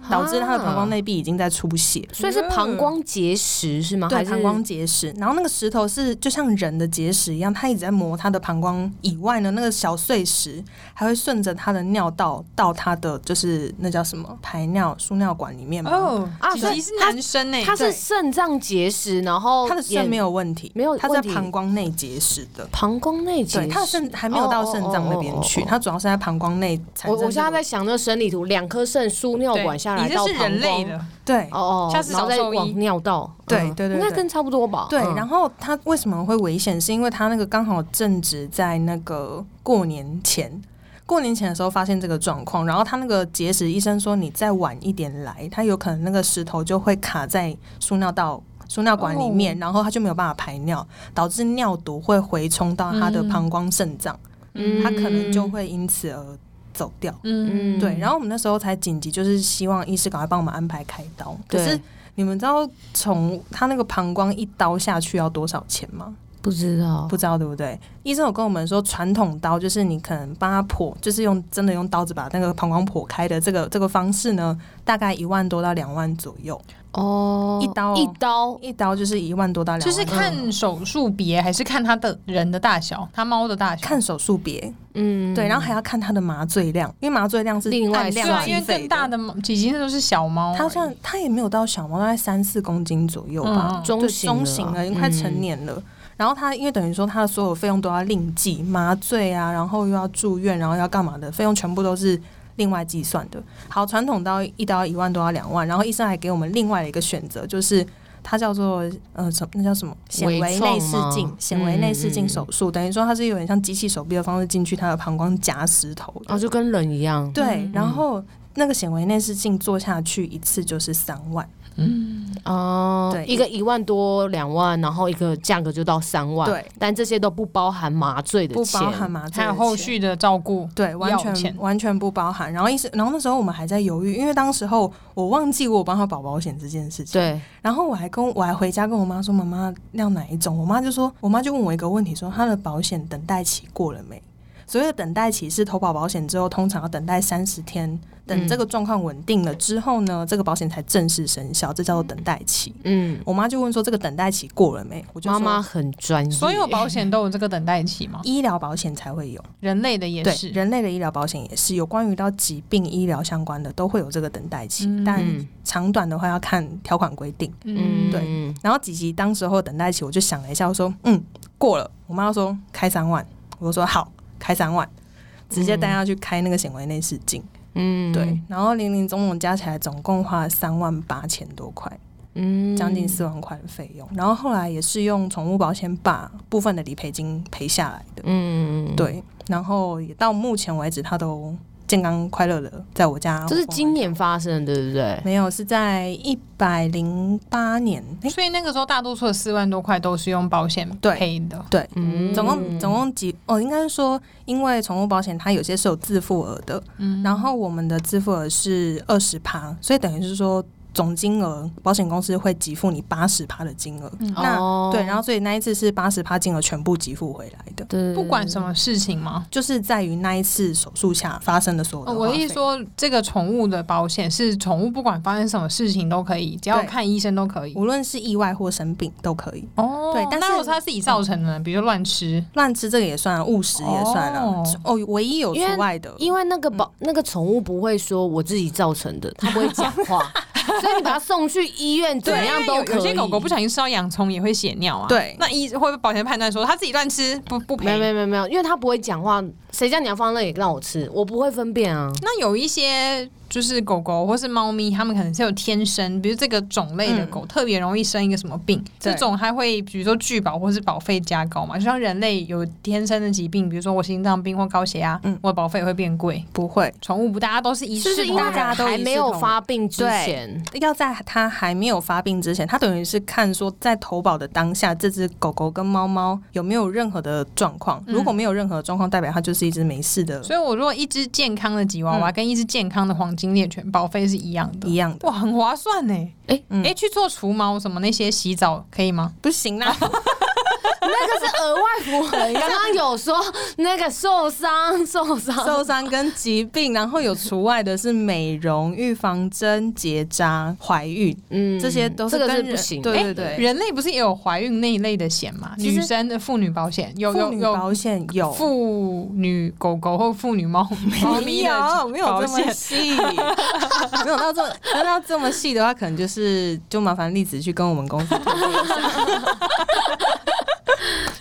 导致他的膀啊胱，内壁已经在出血，所以是膀胱结石是吗？对还是膀胱结石。然后那个石头是就像人的结石一样，它一直在磨他的膀胱以外呢，那个小碎石还会顺着他的尿道到他的就是那叫什么排尿输尿管里面嘛。哦啊几所几以是男生呢？它是对肾脏结石，然后他的肾眼没有问题，没有他在问题膀胱内结石的。膀胱内结对，石，他的肾还没有到肾脏那边哦去，哦哦哦哦他主要是在膀胱内产我生这个。我现在在想那个生理图，两颗肾输尿对管下来你这到是膀胱，人类的，对哦哦，下次然后找再兽医往尿道，对嗯对对对应该跟差不多吧？对，嗯然后他为什么会危险？是因为他那个刚好正值在那个过年前，过年前的时候发现这个状况，然后他那个结石，医生说你再晚一点来，他有可能那个石头就会卡在输尿道。输尿管里面然后他就没有办法排尿，导致尿毒会回冲到他的嗯膀胱、肾脏，嗯他可能就会因此而走掉。嗯嗯对，然后我们那时候才紧急，就是希望医师赶快帮我们安排开刀。可对是你们知道从他那个膀胱一刀下去要多少钱吗？不不知道哦不知道对不对？医生有跟我们说，传统刀就是你可能帮他剖，就是用真的用刀子把那个膀胱剖开的这个这个方式呢，大概一万多到两万左右，哦，一刀哦一刀一刀就是一万多到两就万，是看手术别，还是看它的人的大小，它猫的大小。看手术别，嗯对，然后还要看它的麻醉量，因为麻醉量是另外按对量啊，计因为费更大的。的体积那都是小猫而已，它像它也没有到小猫，大概三四公斤左右吧，嗯中对型中型了，了，嗯已经快成年了。然后他因为等于说他的所有费用都要另计，麻醉啊，然后又要住院，然后要干嘛的，费用全部都是另外计算的。好，传统刀一刀一万多到两万，然后医生还给我们另外的一个选择，就是它叫做呃什么那叫什么显微微创内视吗镜，显微内视嗯镜嗯手术，等于说它是有点像机器手臂的方式进去他的膀胱夹石头的然哦后就跟人一样，对，然后那个显微内视镜做下去一次就是三万。哦，对一个一万多两万，然后一个价格就到三万，对，但这些都不包含麻醉的不钱，包含麻醉还的有后钱续的照 顾。对，完要钱全完全不包含。然后医生，然后那时候我们还在犹豫，因为当时候我忘记我有帮他保保险这件事情。对，然后我还跟我还回家跟我妈说，妈妈要哪一种？我妈就说，我妈就问我一个问题说，她的保险等待期过了没？所谓的等待期是投保保险之后，通常要等待三十天，等嗯这个状况稳定了之后呢，这个保险才正式生效，这叫做等待期。嗯，我妈就问说，这个等待期过了没？我就妈说妈很专业，所有保险都有这个等待期嘛？医疗保险才会有。人类的也对，是，人类的医疗保险也是有关于到疾病医疗相关的，都会有这个等待期，嗯但嗯长短的话要看条款规定。嗯，嗯，对嗯然后几集当时候等待期，我就想了一下，我说嗯过了，我妈说开三万，我就说好开三万，直接带她去开那个显微内视镜，嗯，对，然后零零总总加起来总共花了三万八千多块，嗯，将近四万块的费用，然后后来也是用宠物保险把部分的理赔金赔下来的，嗯，嗯，嗯对，然后也到目前为止，他都健康快乐的在我家。这是活今年发生的，对不对？没有，是在一百零八年，哎、所以那个时候大多数的四万多块都是用保险对赔的。对，嗯总共总共几哦，应该是说，因为宠物保险它有些是有自付额的，嗯然后我们的自付额是二十趴，所以等于是说总金额保险公司会给付你八十趴的金额。嗯那、哦对，然后所以那一次是八十趴金额全部给付回来的，对，不管什么事情吗？就是在于那一次手术下发生的所有的哦花费、我的意思说，这个宠物的保险是宠物不管发生什么事情都可以，只要对看医生都可以。无论是意外或生病都可以。哦对但那是如果是他自己造成的，比如说乱吃，乱吃这个也算啊，误食也算啊。哦哦唯一有除外的，因为那个保、嗯那个宠物不会说我自己造成的，它不会讲 话，所以你把它送去医院怎对，样因都为可以。有有些狗狗不小心吃到洋葱也会血尿啊。对那医会不会保险判断说他自己乱吃不不没有赔？没有没有没有，因为它不会讲话，谁叫你要放那里让我吃，我不会分辨啊。那有一些就是狗狗或是猫咪，它们可能是有天生，比如这个种类的嗯狗、特别容易生一个什么病，对这种还会比如说拒保或是保费加高嘛。就像人类有天生的疾病，比如说我心脏病或高血压，嗯我的保费也会变贵。不会宠物不大家都是一就视是因同为仁，大家都还没有发病之对前，要在它还没有发病之前，它等于是看说在投保的当下，这只狗狗跟猫猫有没有任何的状况。嗯如果没有任何状况，代表它就是一只没事的，所以我如果一只健康的吉嗯娃娃跟一只健康的黄金猎犬，保费是一样的一。样的哇，很划算呢！哎、诶哎、去做除毛什么那些洗澡可以吗？不 行啦。那个是额外服务。刚刚有说那个受伤受伤，受伤跟疾病，然后有除外的是美容、预防针、结扎、怀孕，嗯这些都是这个跟是人不行的。对诶对对，人类不是也有怀孕那一类的险吗？其实女生的妇女保险有妇有女有保险有妇女狗狗或妇女猫猫咪的有 没有保这么险。细， 没有到这么没有到这么细的话，可能就是就麻烦栗子去跟我们公司讨论一下。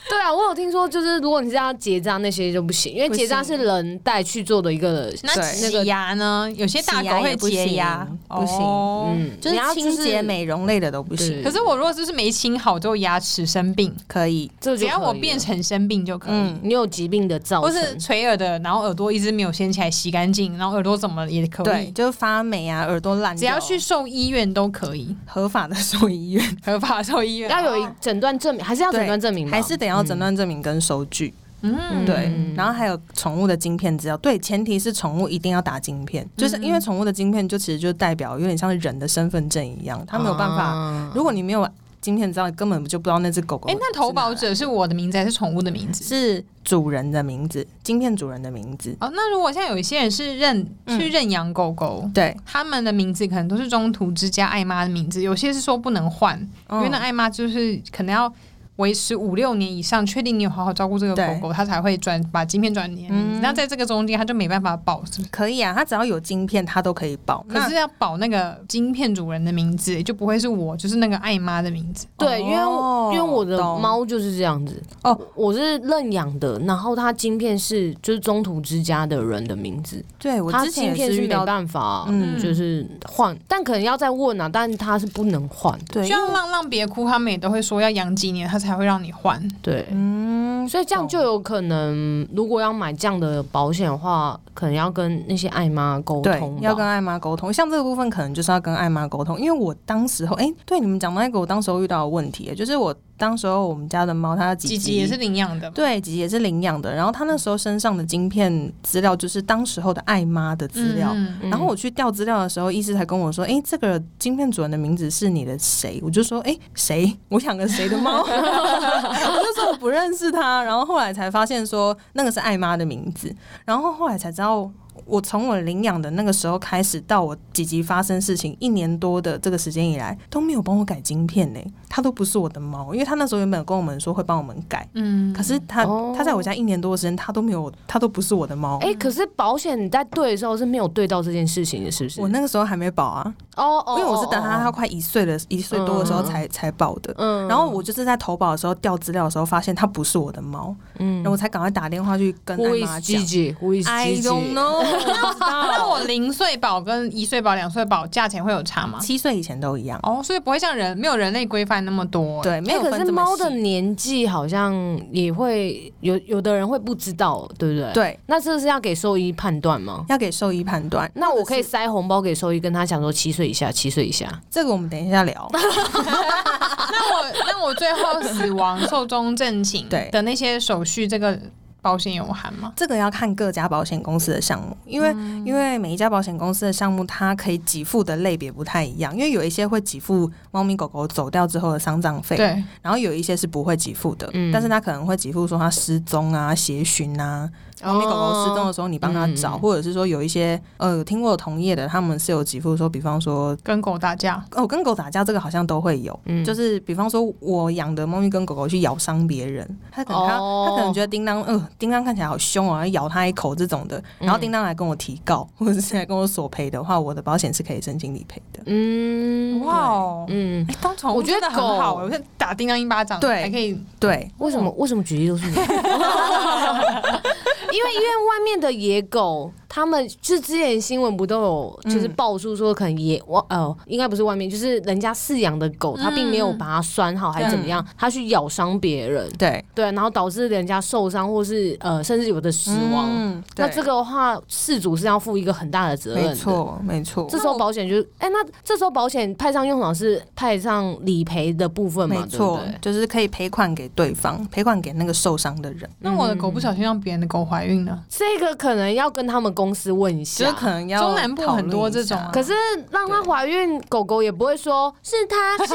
对啊，我有听说，就是如果你是要结扎那些就不行，因为不结扎行是人带去做的一个那对洗牙呢？有些大狗会洁牙洗牙也，不行不行哦嗯，就是你要清洁美容类的都不行对，可是我如果就是没清好，就牙齿生病，可以。这就只要可我以变了成生病就可以。嗯你有疾病的造或是成，垂耳的，然后耳朵一直没有掀起来洗干净，然后耳朵怎么也可对，以，就是发霉啊，耳朵烂只掉，要去兽医院都可以，合法的 兽医院，合法兽医 院要有一诊断证明，还是要诊断证明吧，还是得要诊断证明跟收据。嗯对，然后还有宠物的晶片资料，对，前提是宠物一定要打晶片，就是嗯因为啊宠物的晶片就其实就代表有点像是人的身份证一样，它没有办法。法如果你没有今天你知道根本就不知道那只狗狗哎、那投保者是我的名字还是宠物的名字？是主人的名字，晶片主人的名字。哦，那如果像有一些人是认嗯去认养狗狗，对，他们的名字可能都是中途之家爱妈的名字，有些是说不能换，哦因为那爱妈就是可能要维持五六年以上，确定你有好好照顾这个狗狗，它才会转把晶片转你的名字。嗯那在这个中间，它就没办法保，是不是？可以啊，它只要有晶片，它都可以保。可那是要保那个晶片主人的名字，就不会是我，就是那个爱妈的名字。对，因为哦我因为我的懂猫就是这样子哦，我是认养的，然后它晶片是就是中途之家的人的名字，对我它之前晶也片是是遇没到，办法，啊嗯就是换，但可能要再问啊，但它是不能换的，对，就像浪浪别哭，他们也都会说要养几年，他才会让你换。对。嗯，所以这样就有可能，如果要买这样的保险的话，可能要跟那些爱妈沟对通，吧，要跟艾妈沟通。像这个部分，可能就是要跟艾妈沟通，因为我当时候，哎、对你们讲到一个我当时候遇到的问题，就是我当时候我们家的猫，它的几几集也是领养的嘛，对，姐姐是领养的，然后她那时候身上的晶片资料就是当时候的艾妈的资料。嗯嗯然后我去调资料的时候，医师才跟我说：“哎、这个晶片主人的名字是你的谁？”我就说：“哎、谁？我养了谁的猫？” 我就说我不认识他。然后后来才发现说那个是艾妈的名字。然后后来才知道，我从我领养的那个时候开始，到我几集发生事情一年多的这个时间以来，都没有帮我改晶片呢、它都不是我的猫，因为它那时候原本有跟我们说会帮我们改。嗯可是它哦它在我家一年多的时间，它都没有，它都不是我的猫。哎、可是保险你在对的时候是没有对到这件事情的，是不是？我那个时候还没保啊，哦哦，因为我是哦等它它，快一岁了，一岁多的时候才才保的。嗯然后我就是在投保的时候调资料的时候，发现它不是我的猫，嗯然后我才赶快打电话去跟艾 Who 妈 is 讲。 Gigi？Who is I don't Gigi？ know，我不知那道。我零岁保跟一岁保、两岁保价钱会有差吗？ 七岁以前都一样，哦，所以不会像人没有人类规范那么多。，对，没有哎可分是这么猫细的年纪好像也会有，有的人会不知道，对不对？。对那这是要给兽医判断吗？要给兽医判断。那我可以塞红包给兽医，跟他讲说七岁以下，七岁以下。这个我们等一下 聊。那我 那我最后死亡、寿终正寝对的那些手续，这个保险有含吗？这个要看各家保险公司的项目，因为、嗯因为每一家保险公司的项目，它可以给付的类别不太一样，因为有一些会给付猫咪狗狗走掉之后的丧葬费，对，然后有一些是不会给付的，嗯但是它可能会给付说它失踪啊、协寻啊，猫咪狗狗失踪的时候你帮它找，哦嗯或者是说有一些呃，有听过同业的他们是有给付说，比方说跟狗打架，哦跟狗打架这个好像都会有，嗯就是比方说，我养的猫咪跟狗狗去咬伤别人，它可能它、哦它可能觉得叮当，呃，叮当看起来好凶哦，要咬它一口这种的，嗯然后叮当来跟我提告，或者是来跟我索赔的话，我的保险是可以申请理赔的。嗯哇哦！嗯，哎当宠物我觉得真的很好，狗我就打叮当一巴掌，对还可以对，为什么为什么举例都是嗯 你？因为因为外面的野狗，他们就是之前新闻不都有嗯就是爆出说，可能野我呃，应该不是外面，就是人家饲养的狗，它并没有把它拴好，还是怎么样，嗯它去咬伤别人，对，对，然后导致人家受伤，或是呃，甚至有的死亡。嗯、那对这个的话，事主是要负一个很大的责任的。没错没错这，时候保险就是，哎、那这时候保险派上用场是派上理赔的部分嘛，没对不错对？，就是可以赔款给对方，赔款给那个受伤的人，那我的狗不小心让别人的狗怀孕了，这个可能要跟他们公司问一就是下。可能要中南部很多这种啊 讨可是让她怀孕，狗狗也不会说是她是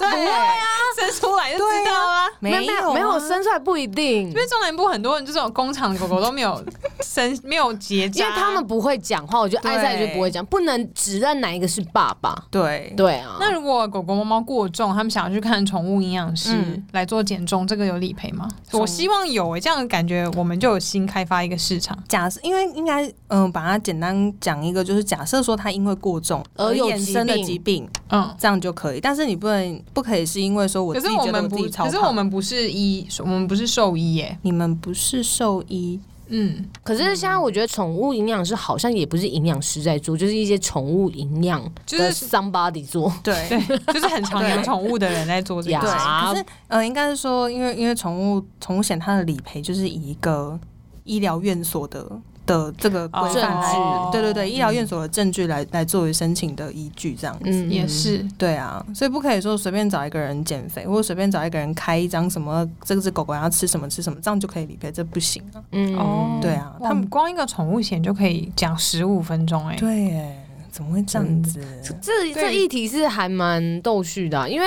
她，论一下对啊，生出来就知道啊。没有没有没有生出来不一定，因因为中南部很多人，就是有工厂的狗狗都没有生， 没有结为扎，他们不会讲话，我觉得对爱在就不会讲，不能只认哪一个是爸爸。对对啊，那如果狗狗、猫猫过重，他们想要去看宠物营养师、嗯来做减重，这个有理赔吗？宠物我希望有欸诶、这样感觉我们就有新开发一个市场。假设，因为应该，嗯、把它简单讲一个，就是假设说它因为过重而有衍疾生的病疾病，嗯，这样就可以。但是你不能，不可以是因为说我可自是己我觉得们我自不，己超可胖。是我们不是医，我们不是兽医耶、你们不是兽医，嗯，可是现在我觉得宠物营养师好像也不是营养师在做，就是一些宠物营养就的是 somebody 做。对对，就是很常养宠物的人在做这 呀个对。事。啊可是，呃，应该是说，因为因为宠物宠物险它的理赔就是以一个医疗院所的的这个规范来，哦对对对，医疗院所的证据来来作为申请的依据，这样子。嗯也是，对啊，所以不可以说随便找一个人减肥，或者随便找一个人开一张什么这只狗狗要吃什么吃什么，这样就可以理赔，这不行啊。嗯哦，对啊哇他我们们光一个宠物险就可以讲十五分钟哎、对耶，怎么会这样子？这对这议题是还蛮逗趣的啊、因为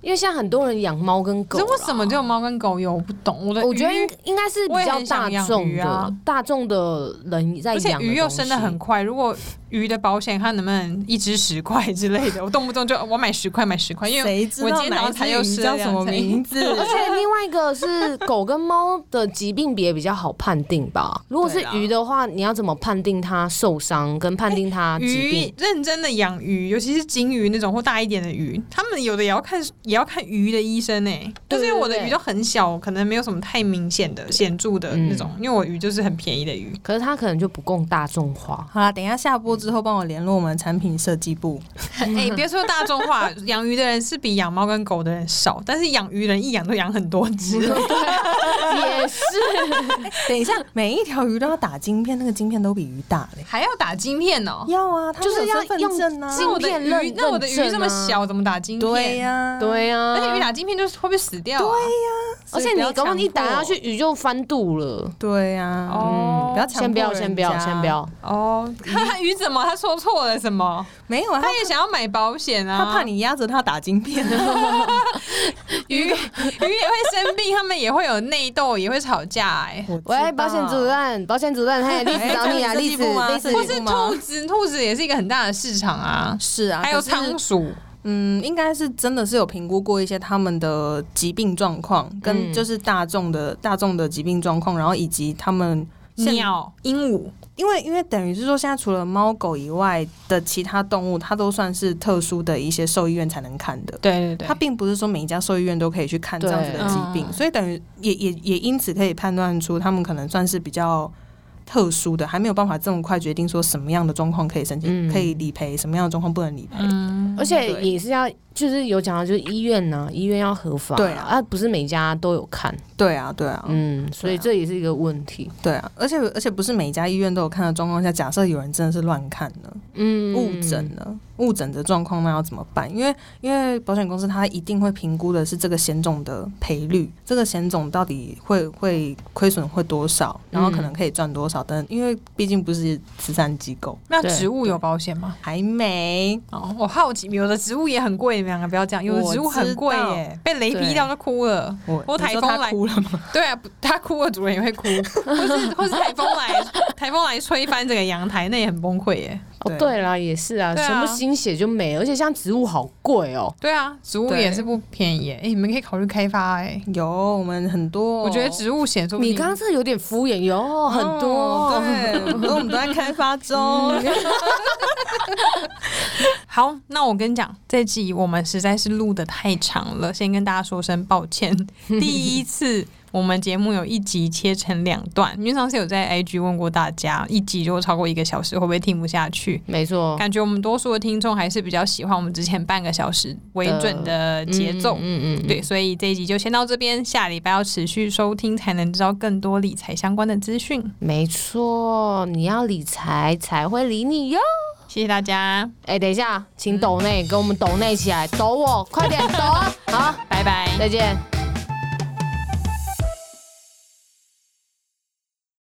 因为现在很多人养猫跟狗可啊啦，是为什么只有猫跟狗有？我不懂。我的我觉得鱼应应该是我比也较很想大养众鱼的，啊大众的人在而且养，鱼又升的很。快，如果鱼的保险看能不能一只十块之类的，我动不动就我买十块买十块，因为谁知我道今天早哪上才又一只吃鱼了叫什两么餐名字？ 而且另外一个是狗跟猫的疾病别比较好判定 吧。如果是对啦鱼的话，你要怎么判定它受伤跟判定它疾鱼病？认真的养鱼，尤其是金鱼那种或大一点的鱼，他们有的也要看也要看鱼的医生呢、欸对就是因为我对的对鱼都很小，可能没有什么太明显的显著的那种，因为我鱼就是很便宜的鱼。可是它可能就不供大众化。好啦，等一下下播之后帮我联络我们产品设计部。 哎、别说大众化，养鱼的人是比养猫跟狗的人少，但是养鱼人一养都养很多只。也是，等一下，每一条鱼都要打晶片，那个晶片都比鱼大嘞。 还要打晶片哦、要啊，它就是们有要身份用证啊。晶那我的片鱼认那我的鱼认这么证啊小，怎么打晶片？对呀、对啊，而嗯且鱼打晶片就是会不会死掉、啊？而且你根本一打下去，鱼就翻肚了。对呀、哦嗯不要强先迫不要，先不要，人家先不要。哦，他 鱼怎么？他说错了什 么？没有啊，他他也想要买保险啊，他怕你压着他打晶片、 鱼鱼也会生病，他们也会有内斗，也会吵架 哎、喂，保险主任，保险主任，嘿，栗子哎找你啊，这栗是子，第一步吗栗这子或是，是兔子，兔子也是一个很大的市场啊，是啊，还有可是仓鼠，嗯，应该是真的是有评估过一些他们的疾病状况，跟嗯就是大众的大众的疾病状况，然后以及他们现鸟、鹦鹉，因为因为等于是说，现在除了猫狗以外的其他动物，它都算是特殊的一些兽医院才能看的。对对对它，并不是说每一家兽医院都可以去看这样子的疾病，对嗯所以等于也也也因此可以判断出他们可能算是比较特殊的，还没有办法这么快决定说什么样的状况可以申请、嗯可以理赔，什么样的状况不能理赔。嗯，而且对也是要，就是有讲到，就是医院呢、医院要合法，对啊啊，不是每家都有看，对啊，对啊，嗯，所以对啊这也是一个问题，对啊，而且而且不是每一家医院都有看的状况下，假设有人真的是乱看呢，嗯，误诊呢，误诊的状况那要怎么办？因为因为保险公司它一定会评估的是这个险种的赔率，这个险种到底会会亏损会多少，然后可能可以赚多嗯少等等，因为毕竟不是慈善机构，那对植物有保险吗？还没哦，我好奇，有的植物也很贵，你们两个不要这样，有的我植物很贵知道耶，被雷对劈到就哭了。我我你台说风它来哭了吗？ 对啊，不它哭了，主人也会哭， 或是或是台风来，台风来吹翻整个阳台，那也很崩溃耶。哦，对对啦，也是啊，对啊全部新血就没了，而且像植物好贵哦，对啊，植物对也是不便宜耶，哎、你们可以考虑开发哎、有，我们很多，我觉得植物险说不定你刚刚这有点敷衍哟，有很多哦哦，对， 我们都在开发 中。好，那我跟你讲，这集我们实在是录的太长了，先跟大家说声抱 歉。第一次我们节目有一集切成两段，因为上次有在 IG 问过大家，一集如果超过一个小时会不会听不下去？没错，感觉我们多数的听众还是比较喜欢我们之前半个小时为准的节奏。嗯嗯，嗯对，，所以这一集就先到这边，下礼拜要持续收听，才能知道更多理财相关的资讯。没错，你要理财才会理你哟。谢谢大家，哎、等一下，请抖内、给我们抖内起来，抖我，快点抖啊！好，拜拜。再见。